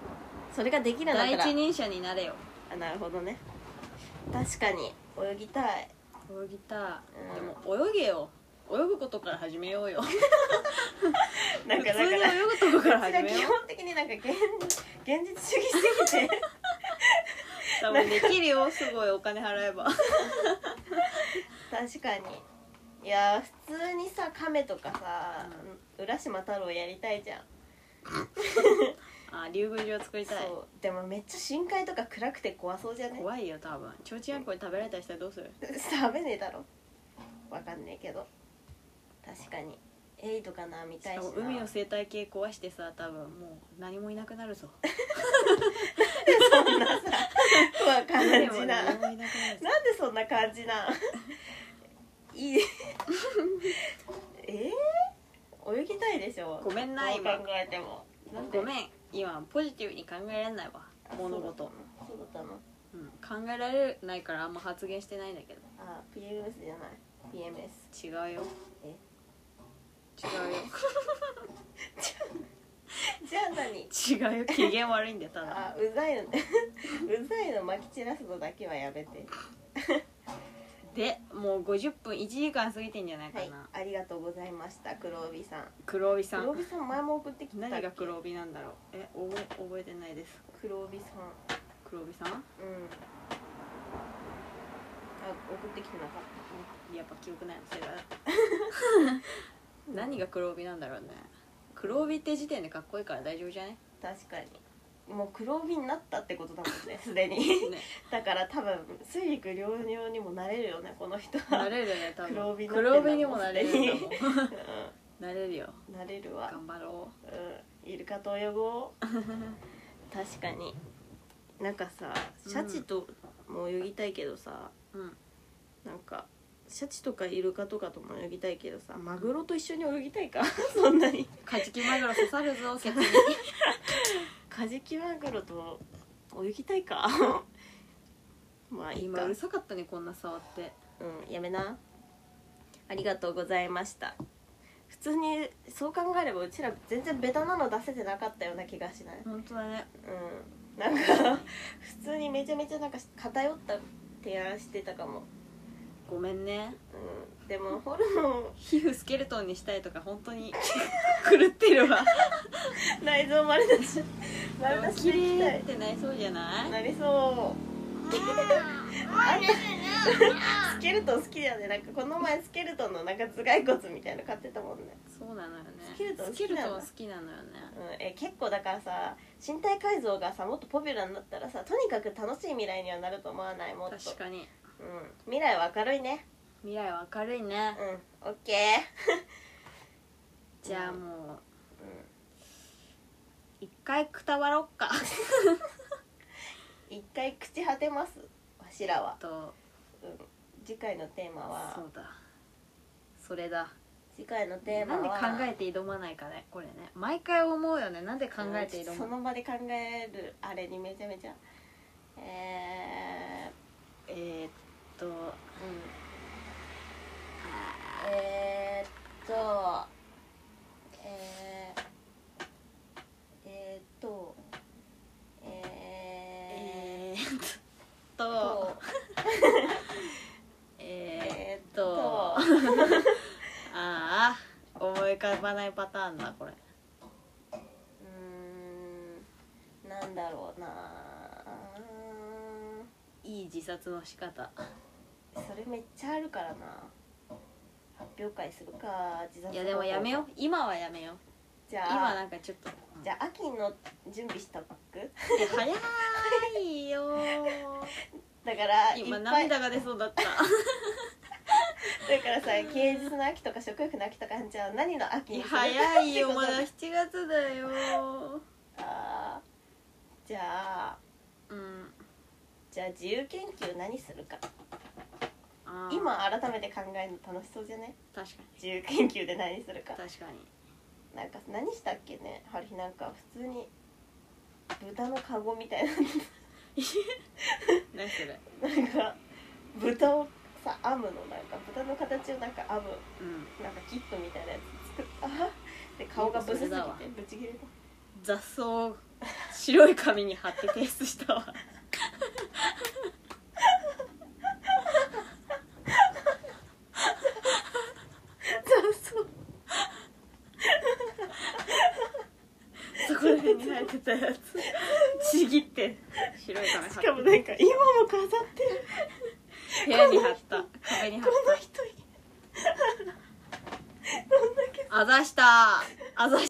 C: それができるんだ
B: 第
C: ったら
B: 一人者になれよ
C: あなるほどね確かに泳ぎ たい
B: 泳ぎたい、
C: う
B: でも泳げよ泳ぐことから始めようよ
C: なんかだ
B: 普通
C: か
B: に
C: ら
B: 泳ぐとこから
C: 私
B: 始
C: ら
B: め
C: 基
B: よ
C: 本的になんか現現実主義す ぎて
B: う多分できるよすごいお金払えば
C: 確かにいやー普通にさ亀とかさ、浦島太郎やりたいじゃん
B: あ竜宮城作りたい
C: そうでもめっちゃ深海とか暗くて怖そうじゃね
B: 怖いよ多分ちょうちんあんこに食べられたりしたらどうする
C: 食べねえだろわかんねえけど確かにエイとかな見たい
B: し
C: し
B: か
C: な
B: も海の生態系壊してさ多分もう何もいなくな るぞ
C: そんなさ怖い感
B: で
C: じ
B: も
C: な
B: 何もいなくなるぞ
C: なんでそんな感じなんいいえー、泳ぎたいでしょ
B: ごめんな
C: どう
B: 今
C: 考えてもなんで
B: ごめん今ポジティブに考えられないわ
C: あ
B: 物事
C: そうだったのそうだったの
B: うん、考えられないからあんま発言してないんだけど
C: あ PMS じゃない PMS
B: 違うよ
C: え
B: 違
C: じゃあ何
B: うよ 違うよ機嫌悪いんだよただ
C: あうざいの うざいのまき散らすのだけはやめて
B: でもう50分1時間過ぎてんじゃないか
C: はい
B: な、
C: ありがとうございました黒帯さん
B: 黒帯さ
C: 黒
B: ん
C: 帯さん前も送ってきたっけ
B: 何が黒帯なんだろうえ覚え覚えてないです
C: 黒帯さん
B: 黒帯さん
C: うんあ送ってきてなかった
B: やっぱ記憶ないのそれが 何が黒帯なんだろうね黒帯って時点でかっこいいから大丈夫じゃね
C: 確かにもう黒帯になったってことだもんねすでに
B: ね
C: だから多分水陸両用にもなれるよねこの人は
B: なれるね多分
C: 黒帯になってんだ
B: 黒帯にもなれる んだもん
C: う
B: なれるよ
C: んなれるわ
B: 頑張ろ
C: うんイルカと泳ごう確かになんかさシャチとも泳ぎたいけどさ、
B: ううん
C: なんかシャチとかイルカとかとも泳ぎたいけどさマグロと一緒に泳ぎたいか そんなに
B: カジキマグロ刺さる ぞケツに
C: カジキマグロと泳ぎたいか まあいい
B: 今
C: か
B: うるさかったねこんな触って
C: うんやめなありがとうございました普通にそう考えればうちら全然ベタなの出せてなかったような気がしない
B: 本当だね
C: うんなんか普通にめちゃめちゃなんか偏った提案してたかも、
B: ごめんね
C: うん、でもホルモ
B: 皮膚スケルトンにしたいとか本当に 狂ってるわ
C: ン内臓丸出し丸出し
B: 綺
C: でいきた
B: 麗っ
C: い
B: てないそうじゃない
C: なりそう あんたスケルトン好きだよねなんかこの前スケルトンのなんか頭蓋骨みたいの買ってたもんね、
B: そうなのよね
C: スケルトン好
B: スケ
C: き
B: ル
C: な
B: ト
C: の
B: ン好きなのよね
C: うん、え結構だからさ身体改造がさもっとポピュラーになったらさとにかく楽しい未来にはなると思わないもっと
B: 確かに
C: うん未来は明るいね
B: 未来は明るいね
C: うんオッケー
B: じゃあもう一回くたばろっ か
C: 一回朽ち果てますわしらは、
B: と
C: うん、次回のテーマ
B: そ
C: は
B: うだそれだ
C: 次回のテーマ
B: なんで考
C: は
B: えて挑まないかねこれね毎回思うよねなんで考えて
C: うん
B: 挑
C: そ
B: まない
C: の場で考えるあれにめちゃめちゃえ
B: えーっと
C: ー、うんえー、っとえー、えー、っとえー、
B: えーっ
C: っ
B: と
C: と
B: えー
C: えー、っ
B: と
C: と
B: ああ思い浮かばないパターンだこれ
C: うーんなんだろうなう
B: いい自殺の仕方
C: ーんそれめっちゃあるからな発表会するか自殺
B: いやでもやめよう今はやめよう
C: じゃ
B: 今
C: あ
B: なんかちょっと
C: じゃあ秋の準備したパック
B: いや早いよ
C: だからいっ
B: 今
C: ぱい
B: 涙が出そうだ った
C: だからさ芸術の秋とか食欲の秋とかあんじゃん何の秋
B: い
C: に
B: や
C: する
B: 早いよ
C: ってこ
B: ま
C: と
B: だ7月だよ
C: あーじゃあ
B: うん
C: じゃあ自由研究何するか
B: あー
C: 今改めて考えるの楽しそうじゃね
B: 確か
C: 自由研究で何するか
B: に確かに
C: なんか何したっけね春日なんか普通に豚のカゴみたいな
B: 何それ
C: なんか豚をさ編むのなんか豚の形をなんか編む
B: うん
C: なんかキットみたいなやつ作っあで顔がブス
B: そ
C: すぎて
B: れだわ
C: ブチ切れた
B: 雑草を白い紙に貼って提出した わ
C: そう
B: そこら辺に生えてたやつちぎって白い紙貼って
C: しかもなんか今も飾ってる
B: 部屋に貼った壁に貼
C: こ
B: っ
C: の人にどんだけ
B: たあざしたあざ